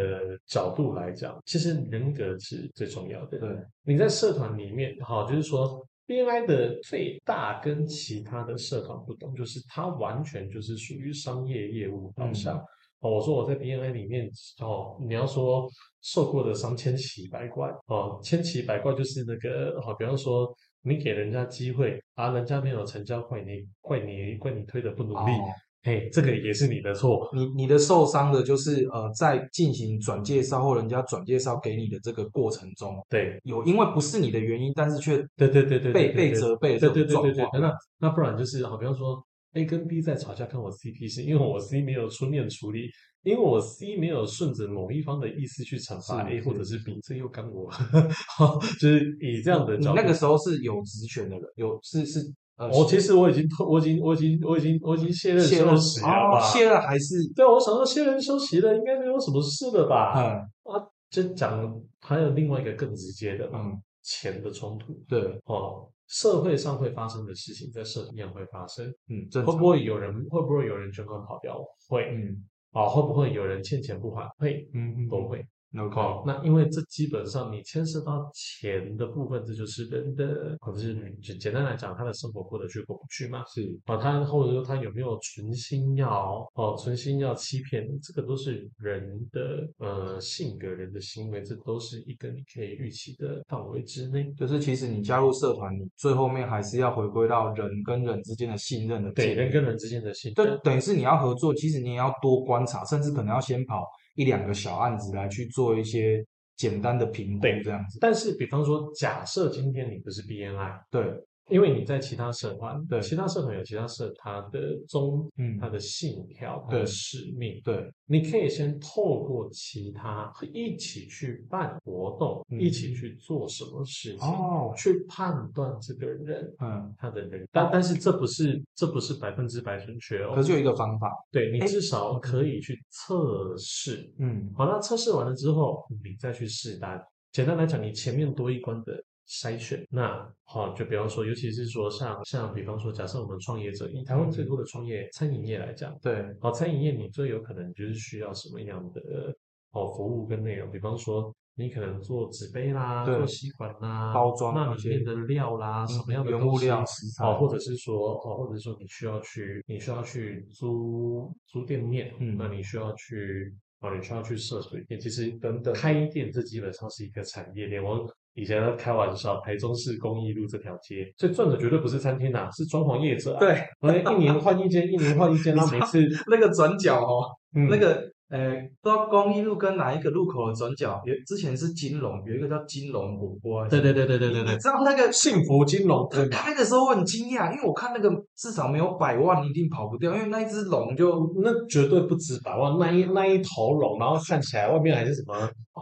Speaker 2: 角度来讲，其实人格是最重要的。
Speaker 1: 对，
Speaker 2: 你在社团里面，好，就是说 BNI 的最大跟其他的社团不同，就是它完全就是属于商业业务导向。哦，我说我在 BNI 里面，哦，你要说受过的伤千奇百怪，哦，千奇百怪就是那个，好、比方说你给人家机会啊，人家没有成交，怪你怪你怪你推的不努力，
Speaker 1: 哦
Speaker 2: 哎、这个也是你的错。
Speaker 1: 你你的受伤的就是呃，在进行转介绍或人家转介绍给你的这个过程中，
Speaker 2: 对
Speaker 1: 有因为不是你的原因，但是却
Speaker 2: 对对对对，
Speaker 1: 被
Speaker 2: 对
Speaker 1: 被
Speaker 2: 对
Speaker 1: 责备
Speaker 2: 对
Speaker 1: 的
Speaker 2: 对
Speaker 1: 这
Speaker 2: 对
Speaker 1: 种
Speaker 2: 对
Speaker 1: 状
Speaker 2: 对，
Speaker 1: 况。
Speaker 2: 那那不然就是好，比方说 A 跟 B 在吵架，看我 CP 是因为我 C 没有出面处理，因为我 C 没有顺着某一方的意思去惩罚
Speaker 1: 是
Speaker 2: A 或者
Speaker 1: 是嗯
Speaker 2: 是 B，这又干我， 好，就是以这样的
Speaker 1: 你
Speaker 2: 角度。
Speaker 1: 那个时候是有职权的人，有是是呃，
Speaker 2: 我哦其实我已经脱，我已经我已经我已经我已经卸任
Speaker 1: 卸任
Speaker 2: 休息了吧？
Speaker 1: 哦，卸任还是
Speaker 2: 对啊，我想说卸任休息了，应该没有什么事了吧？
Speaker 1: 嗯
Speaker 2: 啊，这讲还有另外一个更直接的嘛，
Speaker 1: 嗯
Speaker 2: 钱的冲突
Speaker 1: 对
Speaker 2: 哦，社会上会发生的事情，在社会上会发生。
Speaker 1: 嗯正
Speaker 2: 会
Speaker 1: 常
Speaker 2: 不会有人会不会有人捐款跑掉？会
Speaker 1: 嗯
Speaker 2: 啊、会不会有人欠钱不还？会，
Speaker 1: 嗯嗯
Speaker 2: 都会。
Speaker 1: OK
Speaker 2: 哦，那因为这基本上你牵涉到钱的部分，这就是人的，或者是简简单来讲，他的生活过得去过不去嘛？
Speaker 1: 是
Speaker 2: 啊，他或者说他有没有存心要哦，存心要欺骗你，这个都是人的呃性格、人的行为，这都是一个你可以预期的范围之内。
Speaker 1: 就是其实你加入社团，你最后面还是要回归到人跟人之间的信任的
Speaker 2: 对
Speaker 1: 建立
Speaker 2: 人跟人之间的信
Speaker 1: 就
Speaker 2: 任，
Speaker 1: 等于是你要合作，其实你也要多观察，甚至可能要先跑一两个小案子来去做一些简单的评估，
Speaker 2: 对
Speaker 1: 这样子。
Speaker 2: 但是比方说，假设今天你不是 BNI。
Speaker 1: 对，
Speaker 2: 因为你在其他社团，
Speaker 1: 对
Speaker 2: 其他社团有其他社它的宗，
Speaker 1: 嗯
Speaker 2: 它的信条，它
Speaker 1: 对
Speaker 2: 的使命，
Speaker 1: 对，
Speaker 2: 你可以先透过其他一起去办活动，
Speaker 1: 嗯
Speaker 2: 一起去做什么事情，
Speaker 1: 哦，
Speaker 2: 去判断这个人
Speaker 1: 嗯，
Speaker 2: 他的人，但但是这不是这不是百分之百准确哦
Speaker 1: 可，是有一个方法，
Speaker 2: 对你
Speaker 1: 哎
Speaker 2: 至少可以去测试。
Speaker 1: 嗯，
Speaker 2: 好，那测试完了之后，你再去试单。简单来讲，你前面多一关的筛选，那好，就比方说，尤其是说像像比方说，假设我们创业者，以台湾最多的创业餐饮业来讲，
Speaker 1: 对，
Speaker 2: 好，餐饮业你最有可能就是需要什么样的哦服务跟内容？比方说，你可能做纸杯啦，
Speaker 1: 对
Speaker 2: 做吸管啦，
Speaker 1: 包装
Speaker 2: 那
Speaker 1: 那
Speaker 2: 里
Speaker 1: 些嗯
Speaker 2: 面的料啦，什么样的
Speaker 1: 原
Speaker 2: 东
Speaker 1: 物
Speaker 2: 西
Speaker 1: 料、食材，
Speaker 2: 哦，或者是说，哦，或者说你需要去，你需要去租租店面，
Speaker 1: 嗯
Speaker 2: 那你需要去，哦，你需要去涉水店，其实
Speaker 1: 等等
Speaker 2: 开店这基本上是一个产业链。我以前都开玩笑，台中市公益路这条街，最赚的绝对不是餐厅啊，是装潢业者啊。，
Speaker 1: 对，
Speaker 2: 我一年换一间，一年换一 间，然后每次，
Speaker 1: 那个转角哦，
Speaker 2: 嗯，
Speaker 1: 那个呃，不知道公益路跟哪一个路口的转角，有之前是金融，有一个叫金融火锅，
Speaker 2: 对对对对对对
Speaker 1: 你
Speaker 2: 对，
Speaker 1: 知道那个
Speaker 2: 幸福金融
Speaker 1: 他
Speaker 2: 对吧？
Speaker 1: 开的时候我很惊讶，因为我看那个至少没有百万，一定跑不掉，因为那一只龙就
Speaker 2: 那绝对不止百万，那一那一头龙，然后看起来外面还是什么，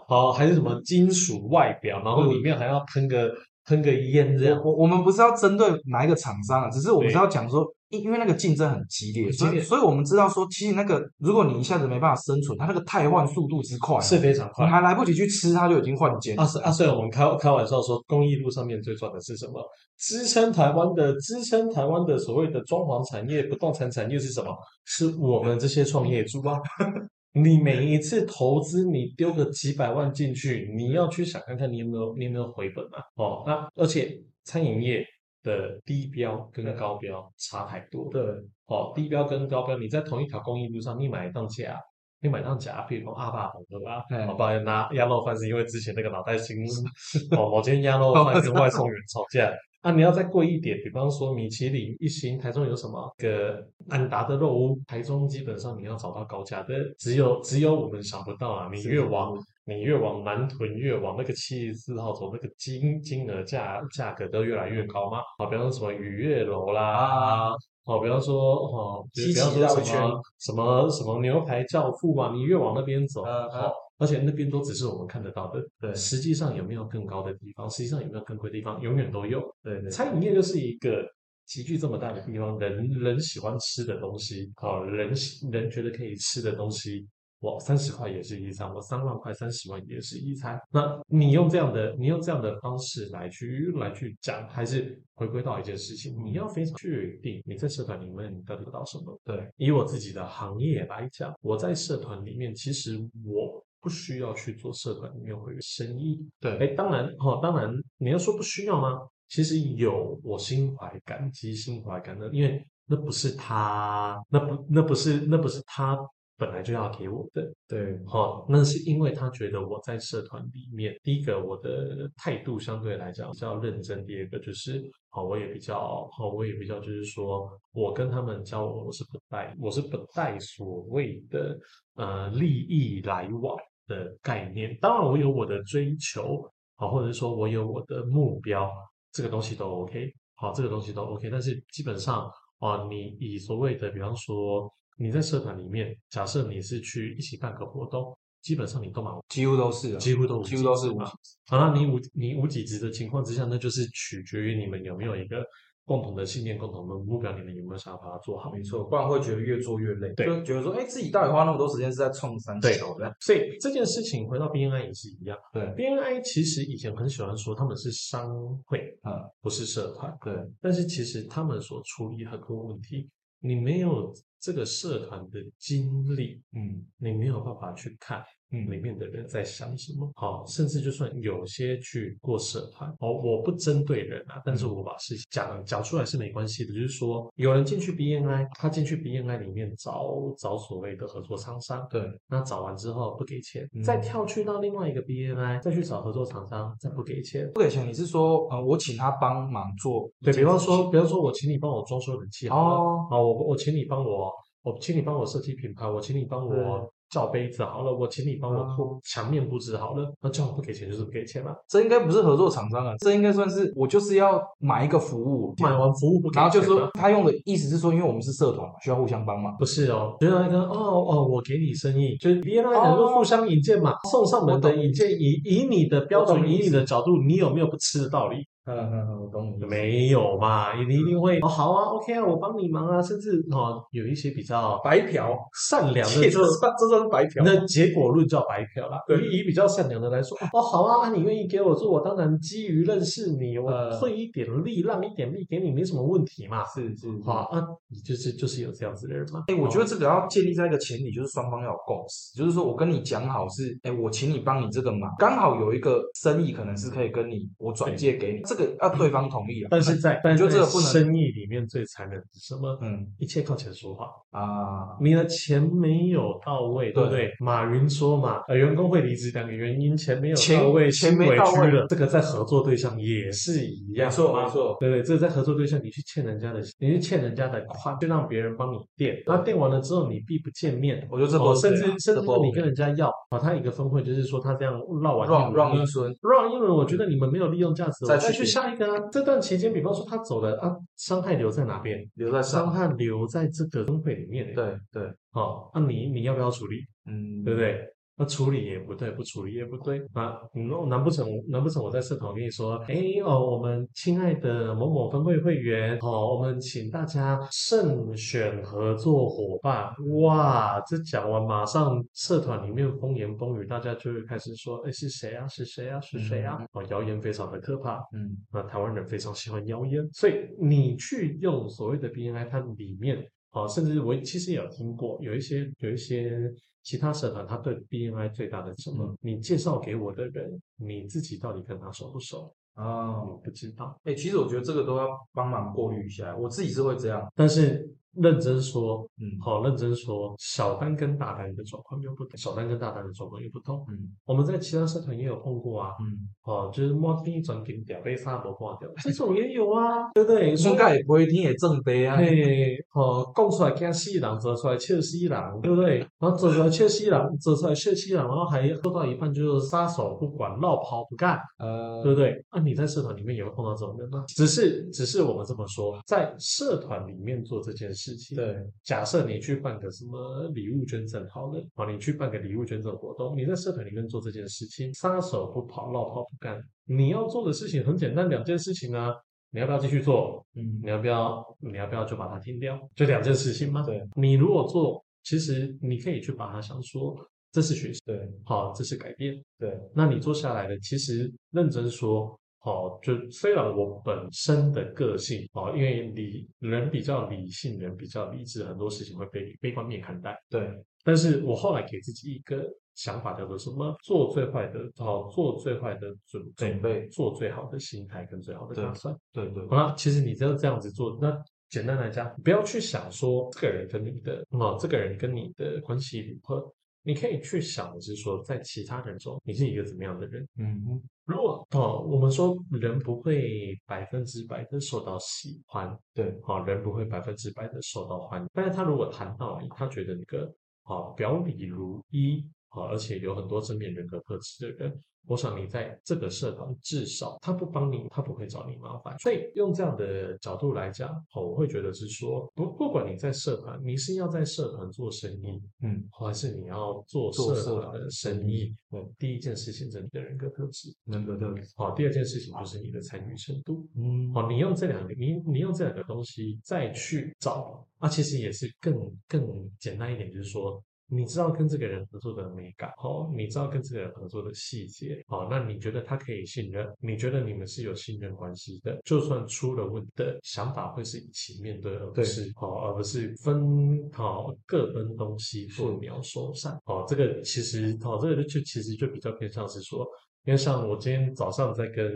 Speaker 2: 哦，还是什么金属外表，然后里面还要喷个喷个烟这样。
Speaker 1: 我我们不是要针对哪一个厂商啊，只是我们
Speaker 2: 啊对
Speaker 1: 是要讲说，因因为那个竞争很激烈，
Speaker 2: 很激
Speaker 1: 所以
Speaker 2: 烈
Speaker 1: 所以我们知道说，其实那个如果你一下子没办法生存，它那个汰换速度之快啊，
Speaker 2: 是非常
Speaker 1: 你
Speaker 2: 快。
Speaker 1: 还来不及去吃，它就已经换肩
Speaker 2: 啊，。是啊，所以我们开开玩笑说，公益路上面最赚的是什么？支撑台湾的支撑台湾的所谓的装潢产业、不动产产业是什么？是我们这些创业主啊！ 你每一次投资，你丢个几百万进去，你要去想看看你有没有你有没有回本啊？哦，那而且餐饮业的低标跟高标差太多。
Speaker 1: 对，
Speaker 2: 哦，低标跟高标，你在同一条公益路上，你买一档假，你买一档假，比如说阿爸红的吧
Speaker 1: 嗯，
Speaker 2: 好吧，拿鸭肉饭是因为之前那个脑袋新，哦，某间鸭肉饭跟外送员吵架。啊，你要再贵一点，比方说米其林一星，台中有什么个安达的肉屋？台中基本上你要找到高价的，只有只有我们想不到啊。你越往你越往南屯，越往那个七十四号走，那个金金额价价格都越来越高嘛。好，比方说什么雨月楼啦，哦，比方说哦，就
Speaker 1: 西
Speaker 2: 比方
Speaker 1: 岐
Speaker 2: 说
Speaker 1: 啊绕
Speaker 2: 什
Speaker 1: 一圈
Speaker 2: 么什么什么牛排教父啊，你越往那边走，
Speaker 1: 嗯嗯
Speaker 2: 哦，而且那边都只是我们看得到的，
Speaker 1: 对
Speaker 2: 实际上有没有更高的地方？实际上有没有更贵的地方？永远都有。
Speaker 1: 对对，
Speaker 2: 餐饮业就是一个集聚这么大的地方，人人喜欢吃的东西，好、人喜人觉得可以吃的东西，哇，三十块也是一餐，我三万块、三十万也是一餐。那你用这样的，你用这样的方式来去来去讲，还是回归到一件事情，你要非常确定你在社团里面你得不到什么。
Speaker 1: 对，
Speaker 2: 以我自己的行业来讲，我在社团里面，其实我。不需要去做社团里面会有生意，哎
Speaker 1: 对，，
Speaker 2: 当然哦，当然，你要说不需要吗？其实有，我心怀感激，心怀感恩，因为那不是他，那不那不是那不是他本来就要给我的。
Speaker 3: 对，
Speaker 2: 好、那是因为他觉得我在社团里面，第一个我的态度相对来讲比较认真，第二个就是好、我也比较好、我也比较就是说我跟他们交往，我是不带我是不带所谓的呃利益来往的概念。当然，我有我的追求，好、或者说我有我的目标，这个东西都 OK，好、这个东西都 OK，但是基本上。啊，你以所谓的，比方说你在社团里面，假设你是去一起办个活动，基本上你都蛮
Speaker 1: 几乎都是啊，
Speaker 2: 几乎都无
Speaker 1: 几
Speaker 2: 稽
Speaker 1: 乎都是
Speaker 2: 之
Speaker 1: 无
Speaker 2: 谈好了，你无你无几职的情况之下，那就是取决于你们有没有一个共同的信念、共同的目标，你们有没有想要把它做好。
Speaker 1: 没错，不然会觉得越做越累，
Speaker 2: 对
Speaker 1: 就觉得说，哎，自己到底花那么多时间是在冲三
Speaker 2: 对
Speaker 1: 小的，
Speaker 2: 所以这件事情回到 BNI 也是一样
Speaker 1: 对，
Speaker 2: ，BNI 其实以前很喜欢说他们是商会，
Speaker 1: 嗯，
Speaker 2: 不是社团。
Speaker 1: 对，
Speaker 2: 但是其实他们所处理很多问题，你没有这个社团的经历，
Speaker 1: 嗯
Speaker 2: 你没有办法去看
Speaker 1: 嗯
Speaker 2: 里面的人在想什么。好、甚至就算有些去过社团，哦，我不针对人啊，但是我把事情讲讲出来是没关系的。就是说，有人进去 BNI，他进去 BNI 里面找找所谓的合作厂商，
Speaker 1: 对，
Speaker 2: 那找完之后不给钱，
Speaker 1: 嗯
Speaker 2: 再跳去到另外一个 BNI，再去找合作厂商，再不给钱。
Speaker 1: 不给钱，你是说，呃，我请他帮忙做一
Speaker 2: 对
Speaker 1: 件事情，
Speaker 2: 比方说，比方说我请你帮我装修冷气好了，
Speaker 1: 哦，
Speaker 2: 啊好，我我请你帮我，我请你帮我设计品牌，我请你帮我
Speaker 1: 对
Speaker 2: 叫杯子好了，我请你帮我铺
Speaker 1: 哦
Speaker 2: 墙面布置好了，那叫我不给钱就是不给钱了，
Speaker 1: 这应该不是合作厂商啊，这应该算是我就是要买一个服务，
Speaker 2: 买完服务不给钱
Speaker 1: 然
Speaker 2: 吗，
Speaker 1: 后就说他用的意思是说，因为我们是社团嘛，需要互相帮忙。
Speaker 2: 不是哦，原来呢，哦哦，我给你生意，就是别人来讲说
Speaker 1: 哦
Speaker 2: 互相引荐嘛，送上门
Speaker 1: 我
Speaker 2: 的
Speaker 1: 懂
Speaker 2: 引荐，以以你的标
Speaker 1: 我
Speaker 2: 准，
Speaker 1: 懂意
Speaker 2: 以
Speaker 1: 思
Speaker 2: 你的角度，你有没有不吃的道理？
Speaker 1: 嗯嗯嗯，我懂你意思。
Speaker 2: 没有嘛，你一
Speaker 1: 嗯
Speaker 2: 定会哦，好啊，OK 啊，我帮你忙啊，甚至哦，有一些比较
Speaker 1: 白嫖，
Speaker 2: 善良的
Speaker 1: 这
Speaker 2: 就
Speaker 1: 算这算是白嫖。
Speaker 2: 那结果论叫白嫖啦。
Speaker 1: 对
Speaker 2: 以以比较善良的 来说，哦，好啊，啊你愿意给我做，我当然基于认识你，我
Speaker 1: 呃
Speaker 2: 退一点力，让一点力给你，没什么问题嘛。
Speaker 1: 是是是
Speaker 2: 好啊，啊你就是就是有这样子的人嘛。
Speaker 1: 哎、我觉
Speaker 2: 得
Speaker 1: 得这个要建立在一个前提，就是双方要有共识，就是说我跟你讲好是，哎、我请你帮你这个忙，刚好有一个生意可能是可以跟你我转借给你，这个要对方同意啊。
Speaker 2: 但是在但
Speaker 1: 你
Speaker 2: 是
Speaker 1: 就
Speaker 2: 在
Speaker 1: 这个不能
Speaker 2: 生意里面最残忍的是什么？
Speaker 1: 嗯
Speaker 2: 一切靠钱说话，
Speaker 1: 啊，
Speaker 2: 你的钱没有到位，对不对？马云说嘛，呃，员工会离职两个原因，钱没有
Speaker 1: 钱
Speaker 2: 到位，
Speaker 1: 钱
Speaker 2: 心
Speaker 1: 没
Speaker 2: 委
Speaker 1: 到
Speaker 2: 屈
Speaker 1: 位
Speaker 2: 了。这个在合作对象也是一样，嘛
Speaker 1: 错，
Speaker 2: 对对，这在合作对象，你去欠人家的，你去欠人家的款，就让别人帮你垫，那垫完了之后你避不见面，
Speaker 1: 我觉得这不
Speaker 2: 哦，甚
Speaker 1: OK
Speaker 2: 至
Speaker 1: 啊、
Speaker 2: 甚
Speaker 1: 这
Speaker 2: 至
Speaker 1: 不
Speaker 2: 你
Speaker 1: OK
Speaker 2: 跟人家要，把他一个分会，就是说他这样绕完
Speaker 1: 让让
Speaker 2: 一
Speaker 1: 一
Speaker 2: 轮
Speaker 1: 村，
Speaker 2: 绕一轮，我觉得你们没有利用价值，我
Speaker 1: 再
Speaker 2: 再
Speaker 1: 去
Speaker 2: 去下一个啊。这段期间，比方说他走了啊，伤害留在哪边？
Speaker 1: 留在
Speaker 2: 伤
Speaker 1: 上海。
Speaker 2: 害留在这个分会里面，，
Speaker 1: 对对，
Speaker 2: 哦，那你你要不要处理？
Speaker 1: 嗯，
Speaker 2: 对不？对？那处理也不对，不处理也不对啊！难难不成难不成我在社团跟你说，哎哦，我们亲爱的某某分会会员哦，我们请大家慎选合作伙伴。哇，这讲完马上社团里面风言风语，大家就会开始说，哎是谁啊？是谁啊？是谁啊？哦，谣言非常的可怕。
Speaker 1: 嗯，
Speaker 2: 那台湾人非常喜欢谣言，所以你去用所谓的 BNI，它里面啊，甚至我其实也有听过，有一些有一些其他社团，他对 BNI 最大的什么？
Speaker 1: 嗯
Speaker 2: 你介绍给我的人，你自己到底跟他熟不熟？
Speaker 1: 哦，
Speaker 2: 我不知道。
Speaker 1: 哎、其实我觉得这个都要帮忙过滤一下，我自己是会这样，
Speaker 2: 但是认真说，
Speaker 1: 嗯，
Speaker 2: 好、认真说，小单跟大单的状况又不同，小单跟大单的状况又不同。
Speaker 1: 嗯
Speaker 2: 我们在其他社团也有碰过啊，
Speaker 1: 嗯，
Speaker 2: 哦，就是摸第一转给表被沙博挂掉，这种也有啊，对不对？说
Speaker 1: 应该也不会听也正杯啊，
Speaker 2: 嘿，哦，讲出来惊死人，做出来笑死人，对不对？然后做出来笑死人，做出来笑死人，然后还做到一半就是撒手不管，绕跑不干，
Speaker 1: 呃
Speaker 2: 对，不对？那、你在社团里面也会碰到这种人吗？只是，只是我们这么说，在社团里面做这件事情，
Speaker 1: 对，
Speaker 2: 假设你去办个什么礼物捐赠好了，啊，你去办个礼物捐赠活动，你在社团里面做这件事情，撒手不跑，绕跑不干，你要做的事情很简单，两件事情啊，你要不要继续做？
Speaker 1: 嗯
Speaker 2: 你要不要？你要不要就把它停掉？就两件事情吗？
Speaker 1: 对，
Speaker 2: 你如果做，其实你可以去把它想说，这是学习，
Speaker 1: 对
Speaker 2: 好，这是改变。
Speaker 1: 对，
Speaker 2: 那你做下来的，其实认真说，好，就虽然我本身的个性，哦，因为理人比较理性，人比较理智，很多事情会被悲观面看待。
Speaker 1: 对，
Speaker 2: 但是我后来给自己一个想法，叫做什么？做最坏的，好，做最坏的准备，
Speaker 1: 准备
Speaker 2: 做最好的心态跟最好的打
Speaker 1: 对
Speaker 2: 算。
Speaker 1: 对对，
Speaker 2: 好了，其实你只要这样子做，那简单来讲，不要去想说这个人跟你的，哦，这个人跟你的关系如何，你可以去想的是说，在其他人中你是一个怎么样的人。
Speaker 1: 嗯哼，
Speaker 2: 如果哦，我们说人不会百分之百的受到喜欢，
Speaker 1: 对，
Speaker 2: 好、哦人不会百分之百的受到欢迎，但是他如果谈到你，他觉得那个好、表里如一，好、而且有很多正面人格特质的人，我想你在这个社团至少他不帮你，他不会找你麻烦。所以用这样的角度来讲，好、我会觉得是说，不不管你在社团，你是要在社团做生意，
Speaker 1: 嗯，
Speaker 2: 还是你要做
Speaker 1: 做
Speaker 2: 社
Speaker 1: 社
Speaker 2: 团
Speaker 1: 团
Speaker 2: 的
Speaker 1: 的
Speaker 2: 生
Speaker 1: 生
Speaker 2: 意
Speaker 1: 意，
Speaker 2: 嗯，第一件事情是你的人格特质，
Speaker 1: 人格特质，
Speaker 2: 好、第二件事情就是你的参与程度。
Speaker 1: 嗯，
Speaker 2: 哦，你用这两个，你你用这两个东西再去找，那、其实也是更更简单一点，就是说，你知道跟这个人合作的美感，哦，你知道跟这个人合作的细节，哦，那你觉得他可以信任，你觉得你们是有信任关系的，就算出了问题的想法会是一起面对，而不
Speaker 1: 对
Speaker 2: 是哦，而不是分好、哦、各分东西
Speaker 1: 是
Speaker 2: 做鸟兽散，哦，这个其实哦，这个就其实就比较偏向是说。因为像我今天早上在跟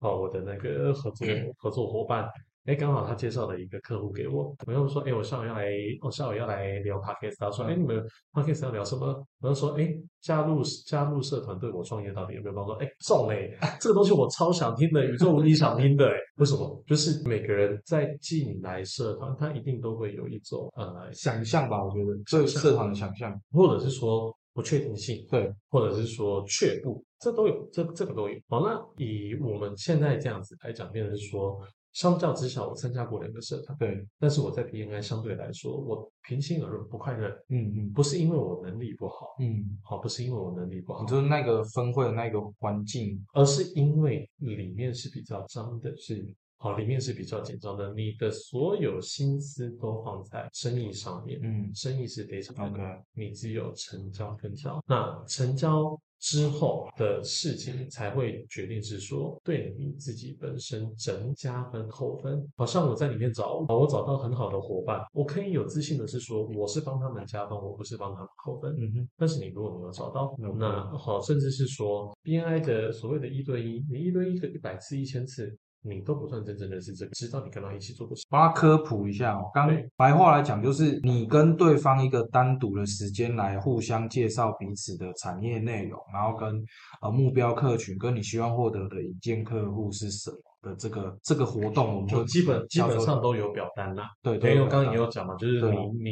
Speaker 2: 哦我的那个合作合作伙伴，哎，刚好他介绍了一个客户给我，我又说，哎，我下午要来，我下午要来聊 podcast，他说，哎，你们 podcast 要聊什么？我就说，哎，加入加入社团对我创业到底有没有帮助？哎，中嘞，这个东西我超想听的，宇宙无敌想听的，哎，为什么？就是每个人在进来社团，他一定都会有一种呃，
Speaker 1: 想象吧，我觉得对
Speaker 2: 象
Speaker 1: 社团的想象，
Speaker 2: 或者是说不确定性，
Speaker 1: 对，
Speaker 2: 或者是说却步，这都有，这这个都有。好，那以我们现在这样子来讲，变成是说，相较之下，我参加过两个社团，
Speaker 1: 对，
Speaker 2: 但是我在 BNI 相对来说，我平心而论不快乐，
Speaker 1: 嗯嗯
Speaker 2: 不是因为我能力不好，
Speaker 1: 嗯，
Speaker 2: 好，不是因为我能力不好
Speaker 1: 你，就是那个分会的那个环境
Speaker 2: 而是因为里面是比较脏的，
Speaker 1: 是，
Speaker 2: 好，里面是比较紧张的，你的所有心思都放在生意上面，
Speaker 1: 嗯
Speaker 2: 生意是非常难的
Speaker 1: OK
Speaker 2: 你只有成交跟交，那成交之后的事情才会决定是说对你自己本身整加分扣分。好像我在里面找，我找到很好的伙伴，我可以有自信的是说我是帮他们加分，我不是帮他们扣分。
Speaker 1: 嗯哼，
Speaker 2: 但是你如果没有找到，
Speaker 1: 没有
Speaker 2: 那好，甚至是说 BNI 的所谓的一对一，你一对一个一百次、一千次，你都不算真正认识这个，直到你跟他一起做过事。
Speaker 1: 帮他科普一下哦。刚
Speaker 2: 对
Speaker 1: 白话来讲，就是你跟对方一个单独的时间来互相介绍彼此的产业内容，然后跟呃目标客群跟你希望获得的引荐客户是什么的这个这个活动，我们
Speaker 2: 就
Speaker 1: 就
Speaker 2: 基本基
Speaker 1: 叫
Speaker 2: 本
Speaker 1: 做
Speaker 2: 上都有表单啦，
Speaker 1: 对
Speaker 2: 因为
Speaker 1: 对，
Speaker 2: 我刚刚也有讲嘛，就是
Speaker 1: 对啊
Speaker 2: 你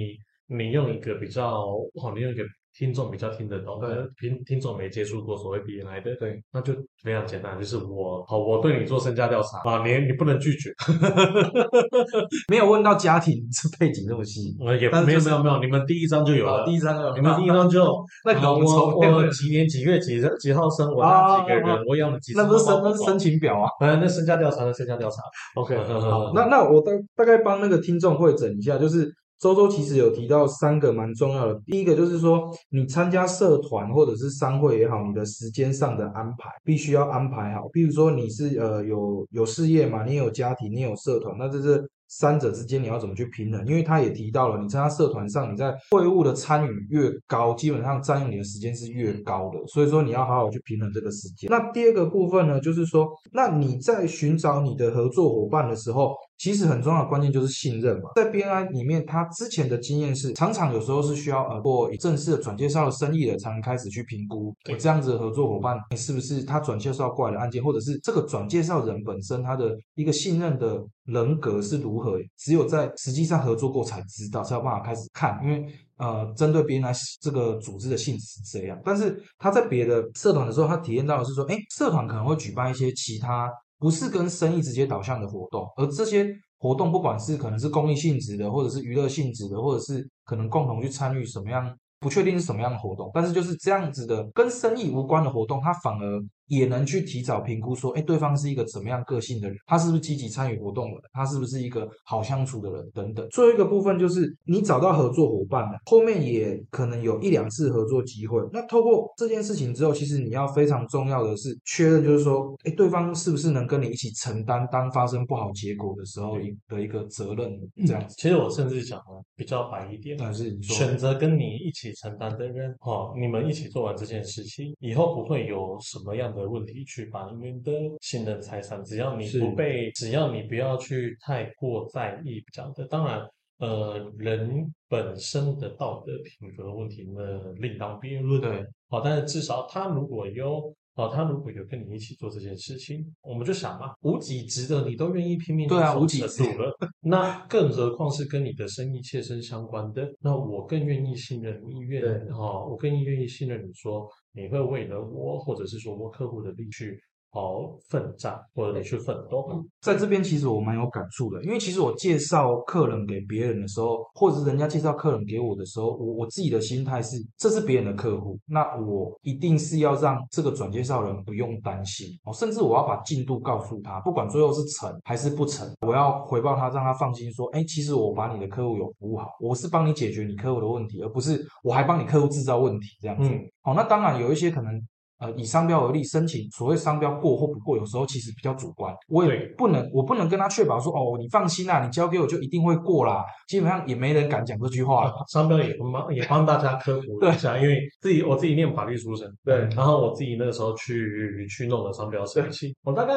Speaker 2: 你你用一个比较，好，你用一个听众比较听得懂的，听听众没接触过所谓 BNI 的，
Speaker 1: 对，
Speaker 2: 那就非常简单，就是我好，我对你做身家调查啊，你你不能拒绝，
Speaker 1: 没有问到家庭 这背景这么细啊腻。
Speaker 2: 呃我也
Speaker 1: 但是
Speaker 2: 没有
Speaker 1: 就是
Speaker 2: 没有没有，你们第一章就有
Speaker 1: 好
Speaker 2: 了，
Speaker 1: 第三个，
Speaker 2: 你们第一章就。
Speaker 1: 那个
Speaker 2: 好
Speaker 1: 我们
Speaker 2: 我
Speaker 1: 从
Speaker 2: 我几年几月几日几号生，我
Speaker 1: 啊
Speaker 2: 那几个
Speaker 1: 啊
Speaker 2: 人，我养了几只
Speaker 1: 那不是
Speaker 2: 猫
Speaker 1: 申
Speaker 2: 猫
Speaker 1: 那是申请表啊。
Speaker 2: 呃，那身家调查，那身家调查。OK，
Speaker 1: 好，
Speaker 2: 哦
Speaker 1: 那那我大大概帮那个听众会诊一下，就是周周其实有提到三个蛮重要的，第一个就是说你参加社团或者是商会也好，你的时间上的安排必须要安排好。譬如说你是呃有有事业嘛，你也有家庭，你也有社团，那这是。三者之间你要怎么去平衡？因为他也提到了，你参加社团上，你在会务的参与越高，基本上占用你的时间是越高的，所以说你要好好去平衡这个时间。那第二个部分呢，就是说，那你在寻找你的合作伙伴的时候，其实很重要的关键就是信任嘛。在 BNI 里面，他之前的经验是，常常有时候是需要呃过正式的转介绍的生意了，才能开始去评估
Speaker 2: 对
Speaker 1: 我这样子的合作伙伴是不是他转介绍过来的案件，或者是这个转介绍人本身他的一个信任的人格是如何，只有在实际上合作过才知道，才有办法开始看，因为。呃，针对 BNI 这个组织的性质是这样，但是他在别的社团的时候，他体验到的是说，哎，社团可能会举办一些其他不是跟生意直接导向的活动，而这些活动不管是可能是公益性质的，或者是娱乐性质的，或者是可能共同去参与什么样不确定是什么样的活动，但是就是这样子的跟生意无关的活动，他反而也能去提早评估说，哎，对方是一个怎么样个性的人，他是不是积极参与活动的人，他是不是一个好相处的人等等。最后一个部分就是你找到合作伙伴了，后面也可能有一两次合作机会。那透过这件事情之后，其实你要非常重要的是确认，就是说，哎，对方是不是能跟你一起承担当发生不好结果的时候一的一个责任这样子。
Speaker 2: 其实我甚至讲的比较白一点，
Speaker 1: 但是你说
Speaker 2: 选择跟你一起承担的人，哦，你们一起做完这件事情以后，不会有什么样样的问题去把你们的信任拆散。只要你
Speaker 1: 是
Speaker 2: 不被，只要你不要去太过在意讲的，当然。呃，人本身的道德品格问题呢，另当别论。
Speaker 1: 对，
Speaker 2: 好，但是至少他如果有，哦，他如果有跟你一起做这件事情，我们就想嘛，无几职的你都愿意拼命
Speaker 1: 对啊
Speaker 2: 到
Speaker 1: 无
Speaker 2: 什
Speaker 1: 几
Speaker 2: 么
Speaker 1: 职
Speaker 2: 程度了，那更何况是跟你的生意切身相关的，那我更愿意信任你，愿
Speaker 1: 对
Speaker 2: 哦，我更愿意信任你说你会为了我，或者是说我客户的利益去哦奋战，或者你去奋斗。
Speaker 1: 在这边其实我蛮有感触的，因为其实我介绍客人给别人的时候，或者是人家介绍客人给我的时候，我我自己的心态是，这是别人的客户，那我一定是要让这个转介绍人不用担心哦，甚至我要把进度告诉他，不管最后是成还是不成，我要回报他，让他放心说，哎，其实我把你的客户有服务好，我是帮你解决你客户的问题，而不是我还帮你客户制造问题这样子。
Speaker 2: 嗯
Speaker 1: 好、哦那当然有一些可能呃，以商标为例，申请所谓商标过或不过，有时候其实比较主观，我也
Speaker 2: 对
Speaker 1: 不能，我不能跟他确保说，哦，你放心啦、你交给我就一定会过啦。基本上也没人敢讲这句话了。
Speaker 2: 商标也帮 也帮大家科普一下，因为自己我自己念法律出身，
Speaker 1: 对
Speaker 2: 然后我自己那时候去去弄了商标申请，我大概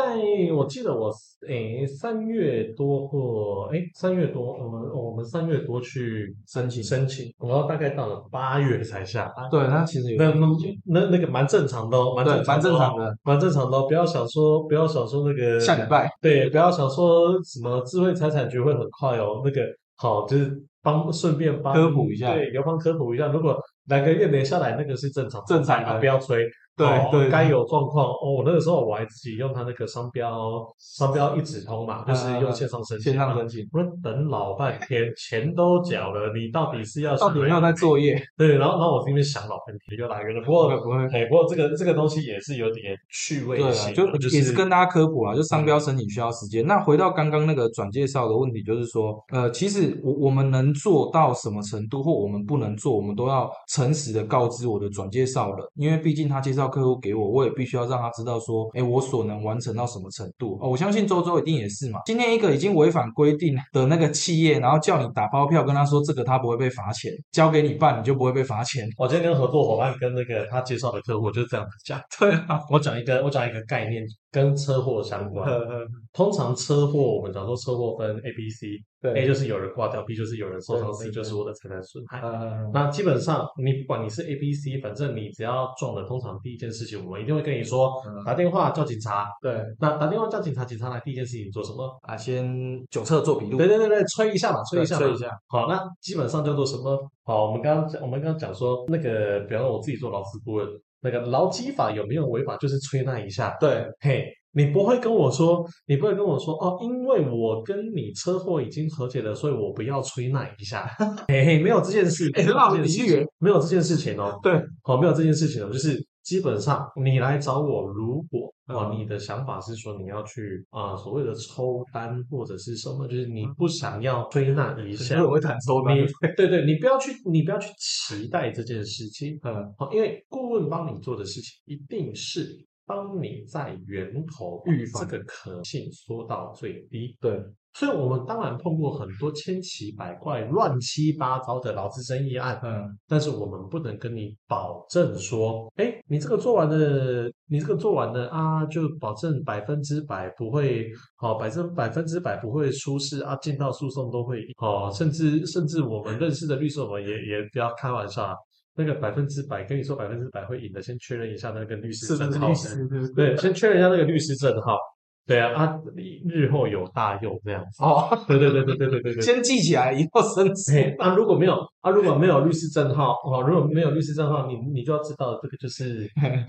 Speaker 2: 我记得我诶三月多或诶三月多，我们哦我们三月多去
Speaker 1: 申请
Speaker 2: 申请，然后大概到了八月才下单。
Speaker 1: 对，那其实有
Speaker 2: 那那那那个蛮正常的哦，蛮
Speaker 1: 对
Speaker 2: 正
Speaker 1: 蛮
Speaker 2: 的
Speaker 1: 正
Speaker 2: 哦
Speaker 1: 常，的，
Speaker 2: 蛮正常的哦。不要想说不要想说那个
Speaker 1: 下礼拜
Speaker 2: 对，不要想说什么智慧财产局会很快哦。那个好，就是帮顺便帮
Speaker 1: 科普一下
Speaker 2: 对，有帮科普一下。如果两个月没下来，那个是正常
Speaker 1: 正常
Speaker 2: 啊
Speaker 1: 的
Speaker 2: 不要催。
Speaker 1: 对
Speaker 2: 哦
Speaker 1: 对
Speaker 2: 该有状况哦。我那个时候我还自己用他那个商标商标一指通嘛，就是
Speaker 1: 嗯嗯嗯
Speaker 2: 用线上申请
Speaker 1: 线
Speaker 2: 嘛。
Speaker 1: 上申请，
Speaker 2: 我说等老半天，钱都缴了，你到底是要
Speaker 1: 到底有没有
Speaker 2: 想
Speaker 1: 在作业？
Speaker 2: 对？然后，然后我这边想老半天，又来一个了。不
Speaker 1: 不
Speaker 2: 过
Speaker 1: 会，不会。
Speaker 2: 哎，不过这个这个东西也是有点趣味
Speaker 1: 对啊，
Speaker 2: 性
Speaker 1: 就
Speaker 2: 的，就
Speaker 1: 也是嗯跟大家科普啦，就商标申请需要时间。那回到刚刚那个转介绍的问题，就是说，呃，其实我我们能做到什么程度，或我们不能做，我们都要诚实的告知我的转介绍人，因为毕竟他介绍客户给我，我也必须要让他知道说，哎，我所能完成到什么程度。哦，我相信周周一定也是嘛。今天一个已经违反规定的那个企业，然后叫你打包票，跟他说这个他不会被罚钱，交给你办，你就不会被罚钱。
Speaker 2: 我今天跟合作伙伴跟那个他介绍的客户，我就这样子讲。
Speaker 1: 对啊，
Speaker 2: 我讲一个，我讲一个概念，跟车祸相关。
Speaker 1: 嗯
Speaker 2: 通常车祸，我们讲说车祸分 A、B、C，A
Speaker 1: 对，
Speaker 2: 就是有人挂掉，B 就是有人受伤
Speaker 1: 对
Speaker 2: ，C
Speaker 1: 对
Speaker 2: 就是我的财产损害。
Speaker 1: 呃，
Speaker 2: 那基本上，你不管你是 A、B、C，反正你只要撞了，通常第一件事情，我们一定会跟你说
Speaker 1: 嗯
Speaker 2: 打电话叫警察。
Speaker 1: 对
Speaker 2: 那打电话叫警察，警察来第一件事情做什么？
Speaker 1: 啊，先酒测做笔录。
Speaker 2: 对对对对，催一下嘛，催一下嘛
Speaker 1: 嗯对，一下。
Speaker 2: 好，那基本上叫做什么？好，我们刚刚讲我们刚刚讲说那个，比方说我自己做劳资顾问，那个劳基法有没有违法？就是催那一下，
Speaker 1: 对
Speaker 2: 嘿，你不会跟我说，你不会跟我说哦，因为我跟你车祸已经和解了，所以我不要催那一下， 嘿嘿，没有这件事，
Speaker 1: 哎
Speaker 2: 没有
Speaker 1: 很好
Speaker 2: 这件事
Speaker 1: 比喻
Speaker 2: 情，没有这件事情哦，
Speaker 1: 对，
Speaker 2: 好，没有这件事情哦，就是基本上你来找我，如果哦，
Speaker 1: 嗯
Speaker 2: 你的想法是说你要去啊、所谓的抽单或者是什么，就是你不想要推那一下，
Speaker 1: 会弹抽
Speaker 2: 你对对，你不要去，你不要去期待这件事情，
Speaker 1: 嗯，
Speaker 2: 好，因为顾问帮你做的事情一定是帮你在源头
Speaker 1: 预
Speaker 2: 把
Speaker 1: 防
Speaker 2: 嗯这个可能性缩到最低。
Speaker 1: 对，
Speaker 2: 所以，我们当然碰过很多千奇百怪、乱七八糟的劳资争议案，
Speaker 1: 嗯，
Speaker 2: 但是我们不能跟你保证说，哎，你这个做完了，你这个做完了啊，就保证百分之百不会，好、百分百分之百不会出事啊，进到诉讼都会赢，哦，甚至甚至我们认识的律师，我们也也不要开玩笑啊，那个百分之百跟你说百分之百会赢的，先确认一下那个律师证号，
Speaker 1: 是
Speaker 2: 对，先确认一下那个律师证号，对啊，啊，日后有大用这样子，
Speaker 1: 哦，
Speaker 2: 对对对对对对对对。
Speaker 1: 先记起来，以后生词。
Speaker 2: 嘿，啊，如果没有啊，如果没有律师证号哦，如果没有律师证号，你你就要知道这 个就是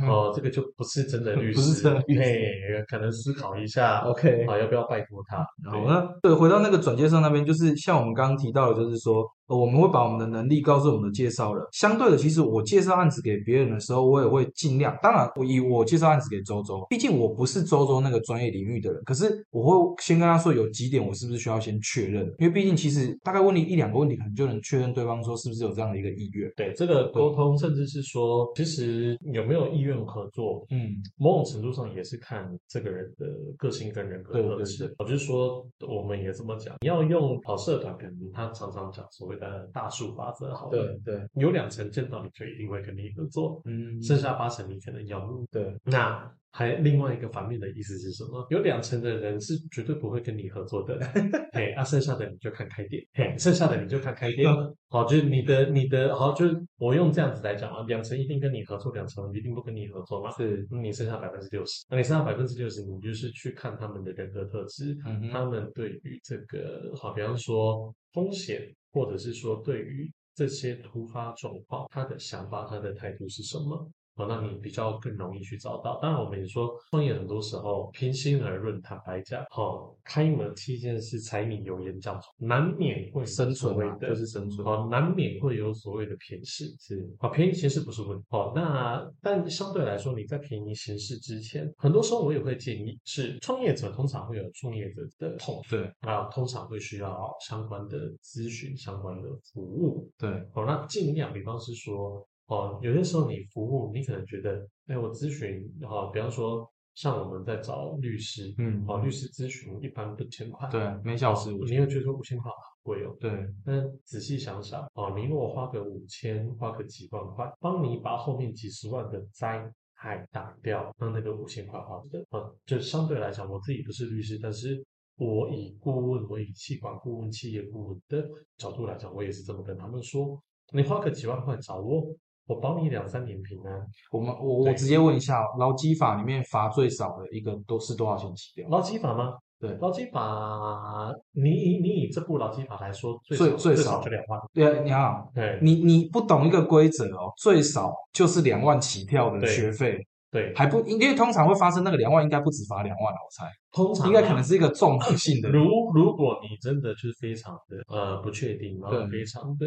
Speaker 2: 哦，这个就不是真的律师，
Speaker 1: 不是真的律师
Speaker 2: 嘿，可能思考一下，啊、
Speaker 1: OK，
Speaker 2: 要不要拜托他？
Speaker 1: 好，
Speaker 2: 对，
Speaker 1: 那对，回到那个转介绍那边，就是像我们刚刚提到的，就是说，呃，我们会把我们的能力告诉我们的介绍人。相对的，其实我介绍案子给别人的时候，我也会尽量，当然，我以我介绍案子给周周，毕竟我不是周周那个专业领域的人，可是我会先跟他说有几点我是不是需要先确认，因为毕竟其实大概问你一两个问题，可能就能确认对方说是不是有这样的一个意愿。
Speaker 2: 对，这个沟通，甚至是说，其实有没有意愿合作，
Speaker 1: 嗯，
Speaker 2: 某种程度上也是看这个人的个性跟人格
Speaker 1: 对
Speaker 2: 特
Speaker 1: 对
Speaker 2: 质哦
Speaker 1: 对。
Speaker 2: 我就说，我们也这么讲，你要用跑社团，可能他常常讲所谓谓的大数法则，好了，
Speaker 1: 嗯对对，
Speaker 2: 有两成见到你就一定会跟你合作，
Speaker 1: 嗯，
Speaker 2: 剩下八成你可能要努力
Speaker 1: 对
Speaker 2: 那还另外一个反面的意思是什么？有两成的人是绝对不会跟你合作的， 嘿，那、剩下的你就看开店，嘿，剩下的你就看开店。好，就是你的你的好，就是我用这样子来讲啊，两成一定跟你合作，两成一定不跟你合作嘛。
Speaker 1: 是，
Speaker 2: 嗯你剩下百分之六十，那你剩下百分之六十，你就是去看他们的人格特质，
Speaker 1: 嗯
Speaker 2: 他
Speaker 1: 哼，
Speaker 2: 们对于这个呃好，比方说风险，或者是说对于这些突发状况，他的想法、他的态度是什么？好，那你比较更容易去找到。当然，我们也说创业很多时候平心而论，坦白讲，好，开门第一件事柴米油盐酱醋，难免会有
Speaker 1: 生
Speaker 2: 所
Speaker 1: 存
Speaker 2: 谓
Speaker 1: 嘛，
Speaker 2: 的，
Speaker 1: 啊就是生存，
Speaker 2: 好，难免会有所谓的偏食。
Speaker 1: 是，
Speaker 2: 啊，便宜形式不是问题。哦，那但相对来说，你在便宜形式之前，很多时候我也会建议是，创业者通常会有创业者的痛
Speaker 1: 对
Speaker 2: 啊，通常会需要相关的咨询、相关的服务。
Speaker 1: 对，
Speaker 2: 哦，那尽量，比方是说，哦，有些时候你服务，你可能觉得，哎，我咨询，哦，比方说像我们在找律师，
Speaker 1: 嗯，
Speaker 2: 哦，律师咨询一般六千块，
Speaker 1: 对，每小时五
Speaker 2: 你
Speaker 1: 千，
Speaker 2: 会觉得五千块好贵哦。
Speaker 1: 对，
Speaker 2: 那仔细想想哦，你如果花个五千，花个几万块，帮你把后面几十万的灾害打掉，那那个五千块花的，嗯，就相对来讲，我自己不是律师，但是我以顾问，我以气管顾问、企业顾问的角度来讲，我也是这么跟他们说，你花个几万块找我，我保你两三年平安。
Speaker 1: 我们我我
Speaker 2: 对
Speaker 1: 直接问一下哦，劳基法里面罚最少的一个都是多少钱起跳？
Speaker 2: 劳基法吗？
Speaker 1: 对
Speaker 2: 劳基法，你以你以这部劳基法来说，最
Speaker 1: 最
Speaker 2: 少
Speaker 1: 最
Speaker 2: 少
Speaker 1: 少
Speaker 2: 就两万，
Speaker 1: 对，啊你好，
Speaker 2: 对
Speaker 1: 你你不懂一个规则哦，最少就是两万起跳的
Speaker 2: 对
Speaker 1: 学费，
Speaker 2: 对，
Speaker 1: 还不因为通常会发生那个两万，应该不止罚两万啊，我猜，
Speaker 2: 通常
Speaker 1: 应该
Speaker 2: 啊
Speaker 1: 可能是一个综合性的，
Speaker 2: 如如果你真的就是非常的呃不确定，然后
Speaker 1: 对
Speaker 2: 非常的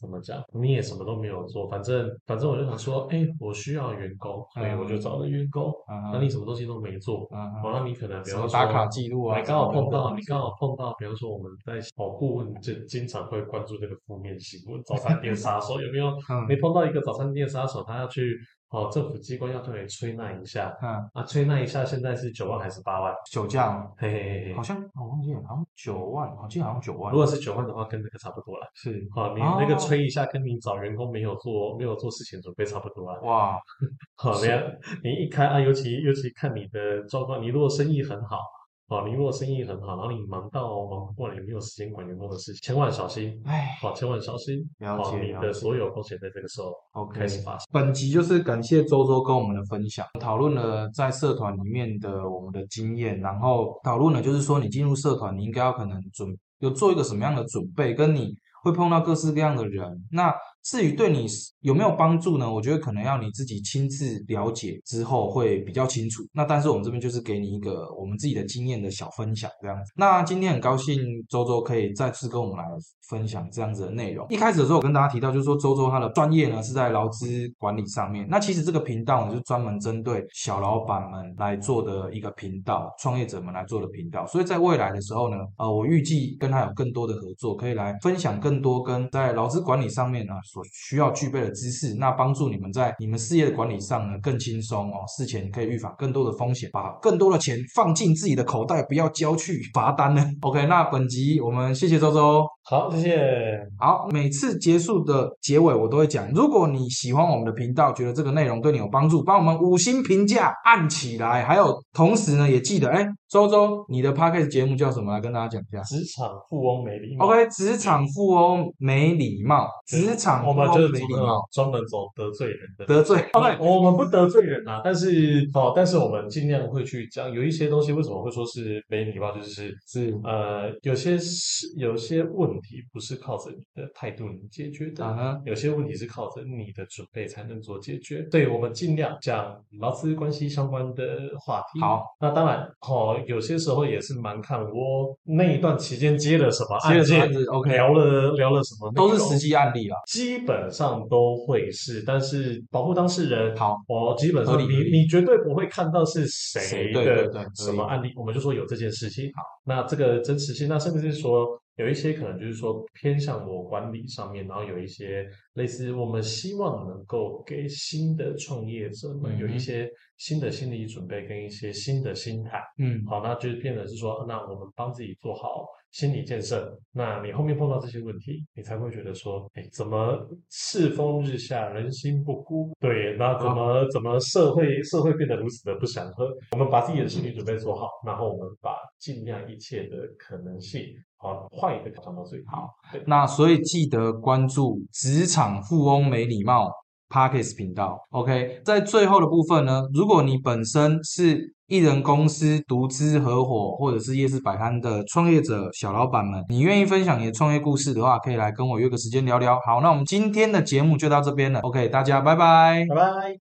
Speaker 2: 怎么讲，你也什么都没有做，反正反正我就想说，哎，我需要员工，所以
Speaker 1: 嗯
Speaker 2: 我就找了员工。
Speaker 1: 啊
Speaker 2: 那你什么东西都没做，
Speaker 1: 啊
Speaker 2: 好，那你可能比
Speaker 1: 什
Speaker 2: 方
Speaker 1: 么
Speaker 2: 说
Speaker 1: 打卡记录啊，
Speaker 2: 你刚好
Speaker 1: 什么
Speaker 2: 碰到，
Speaker 1: 的
Speaker 2: 你刚好碰到，比方说我们在哦顾问就经常会关注这个负面新闻，早餐店杀手有没有？
Speaker 1: 嗯
Speaker 2: 你碰到一个早餐店杀手，他要去哦政府机关要对你催纳一下
Speaker 1: 嗯，
Speaker 2: 啊，催纳一下，现在是九万还是八万？
Speaker 1: 酒驾嘛
Speaker 2: 嘿嘿嘿嘿
Speaker 1: 好。像我忘记了，好像九万，我记得好像九万
Speaker 2: 如，果是九万的话，跟那个差不多了。
Speaker 1: 是
Speaker 2: 好，你
Speaker 1: 哦
Speaker 2: 那个催一下，跟你找员工没有做没有做事情准备差不多啊。
Speaker 1: 哇，
Speaker 2: 好，
Speaker 1: 是
Speaker 2: 你要你一开啊，尤其尤其看你的状况，你如果生意很好，哦，你如果生意很好，然后你忙到忙不过来，也没有时间管员工的事情，千万小心，
Speaker 1: 哎，
Speaker 2: 好，千万小心，
Speaker 1: 了
Speaker 2: 好，
Speaker 1: 解
Speaker 2: 你
Speaker 1: 了
Speaker 2: 的
Speaker 1: 解嗯
Speaker 2: 所有风险在这个时候
Speaker 1: OK
Speaker 2: 开始发生。
Speaker 1: 本集就是感谢周周跟我们的分享，讨论了在社团里面的我们的经验，然后讨论了就是说你进入社团，你应该要可能准有做一个什么样的准备，跟你会碰到各式各样的人。那至于对你有没有帮助呢？我觉得可能要你自己亲自了解之后会比较清楚。那但是我们这边就是给你一个我们自己的经验的小分享这样子。那今天很高兴周周可以再次跟我们来分享这样子的内容。一开始的时候我跟大家提到，就是说周周他的专业呢是在劳资管理上面。那其实这个频道呢就是专门针对小老板们来做的一个频道，创业者们来做的频道。所以在未来的时候呢，呃，我预计跟他有更多的合作，可以来分享更多跟在劳资管理上面呢所需要具备的知识，那帮助你们在你们事业的管理上呢更轻松哦。事前可以预防更多的风险，把更多的钱放进自己的口袋，不要交去罚单呢。OK，那本集我们谢谢周周。
Speaker 2: 好，谢谢。
Speaker 1: 好，每次结束的结尾我都会讲，如果你喜欢我们的频道，觉得这个内容对你有帮助，帮我们五星评价按起来，还有同时呢也记得，哎，周周你的 podcast 节目叫什么？来跟大家讲一下。
Speaker 2: 职场富翁美丽。
Speaker 1: OK，职场富翁没礼貌，职场富
Speaker 2: 我们就
Speaker 1: 翁
Speaker 2: 是
Speaker 1: 没
Speaker 2: 走
Speaker 1: 礼
Speaker 2: 那种
Speaker 1: 貌，
Speaker 2: 专门走得罪人的
Speaker 1: 得罪。OK，
Speaker 2: 哦我们不得罪人啊，但是哦，但是我们尽量会去讲，有一些东西为什么会说是非礼貌，就是
Speaker 1: 是
Speaker 2: 呃，有些是有些问题不是靠着你的态度能解决的，
Speaker 1: 啊哈，
Speaker 2: 有些问题是靠着你的准备才能做解决。对，我们尽量讲劳资关系相关的话题。
Speaker 1: 好，
Speaker 2: 那当然哦，有些时候也是蛮看我那一段期间接了什么案
Speaker 1: 这样
Speaker 2: 件，
Speaker 1: 子 OK，
Speaker 2: 聊了聊了什么内
Speaker 1: 都是
Speaker 2: 容
Speaker 1: 实际案例啦。啊
Speaker 2: 基本上都会是，但是保护当事人，
Speaker 1: 好，
Speaker 2: 我哦基本上
Speaker 1: 合理合
Speaker 2: 你
Speaker 1: 理
Speaker 2: 你绝对不会看到是
Speaker 1: 谁
Speaker 2: 谁
Speaker 1: 对对对
Speaker 2: 的什么
Speaker 1: 合理
Speaker 2: 案例，我们就说有这件事情。好，那这个真实性，那甚至是说有一些可能就是说偏向我管理上面，然后有一些类似我们希望能够给新的创业者们有
Speaker 1: 嗯哼
Speaker 2: 一些新的心理准备跟一些新的心态。
Speaker 1: 嗯
Speaker 2: 好，那就变得是说，那我们帮自己做好心理建设。那你后面碰到这些问题，你才会觉得说，哎，怎么世风日下，人心不古？对，那怎么、怎么社会社会变得如此的不祥和？我们把自己的心理准备做好，然后我们把尽量一切的可能性，好坏的想到最好。
Speaker 1: 那所以记得关注“职场富翁没礼貌 ”Parkes 频道。OK，在最后的部分呢，如果你本身是一人公司、独资合伙或者是夜市摆摊的创业者、小老板们，你愿意分享你的创业故事的话，可以来跟我约个时间聊聊。好，那我们今天的节目就到这边了。OK，大家拜拜。
Speaker 2: 拜拜。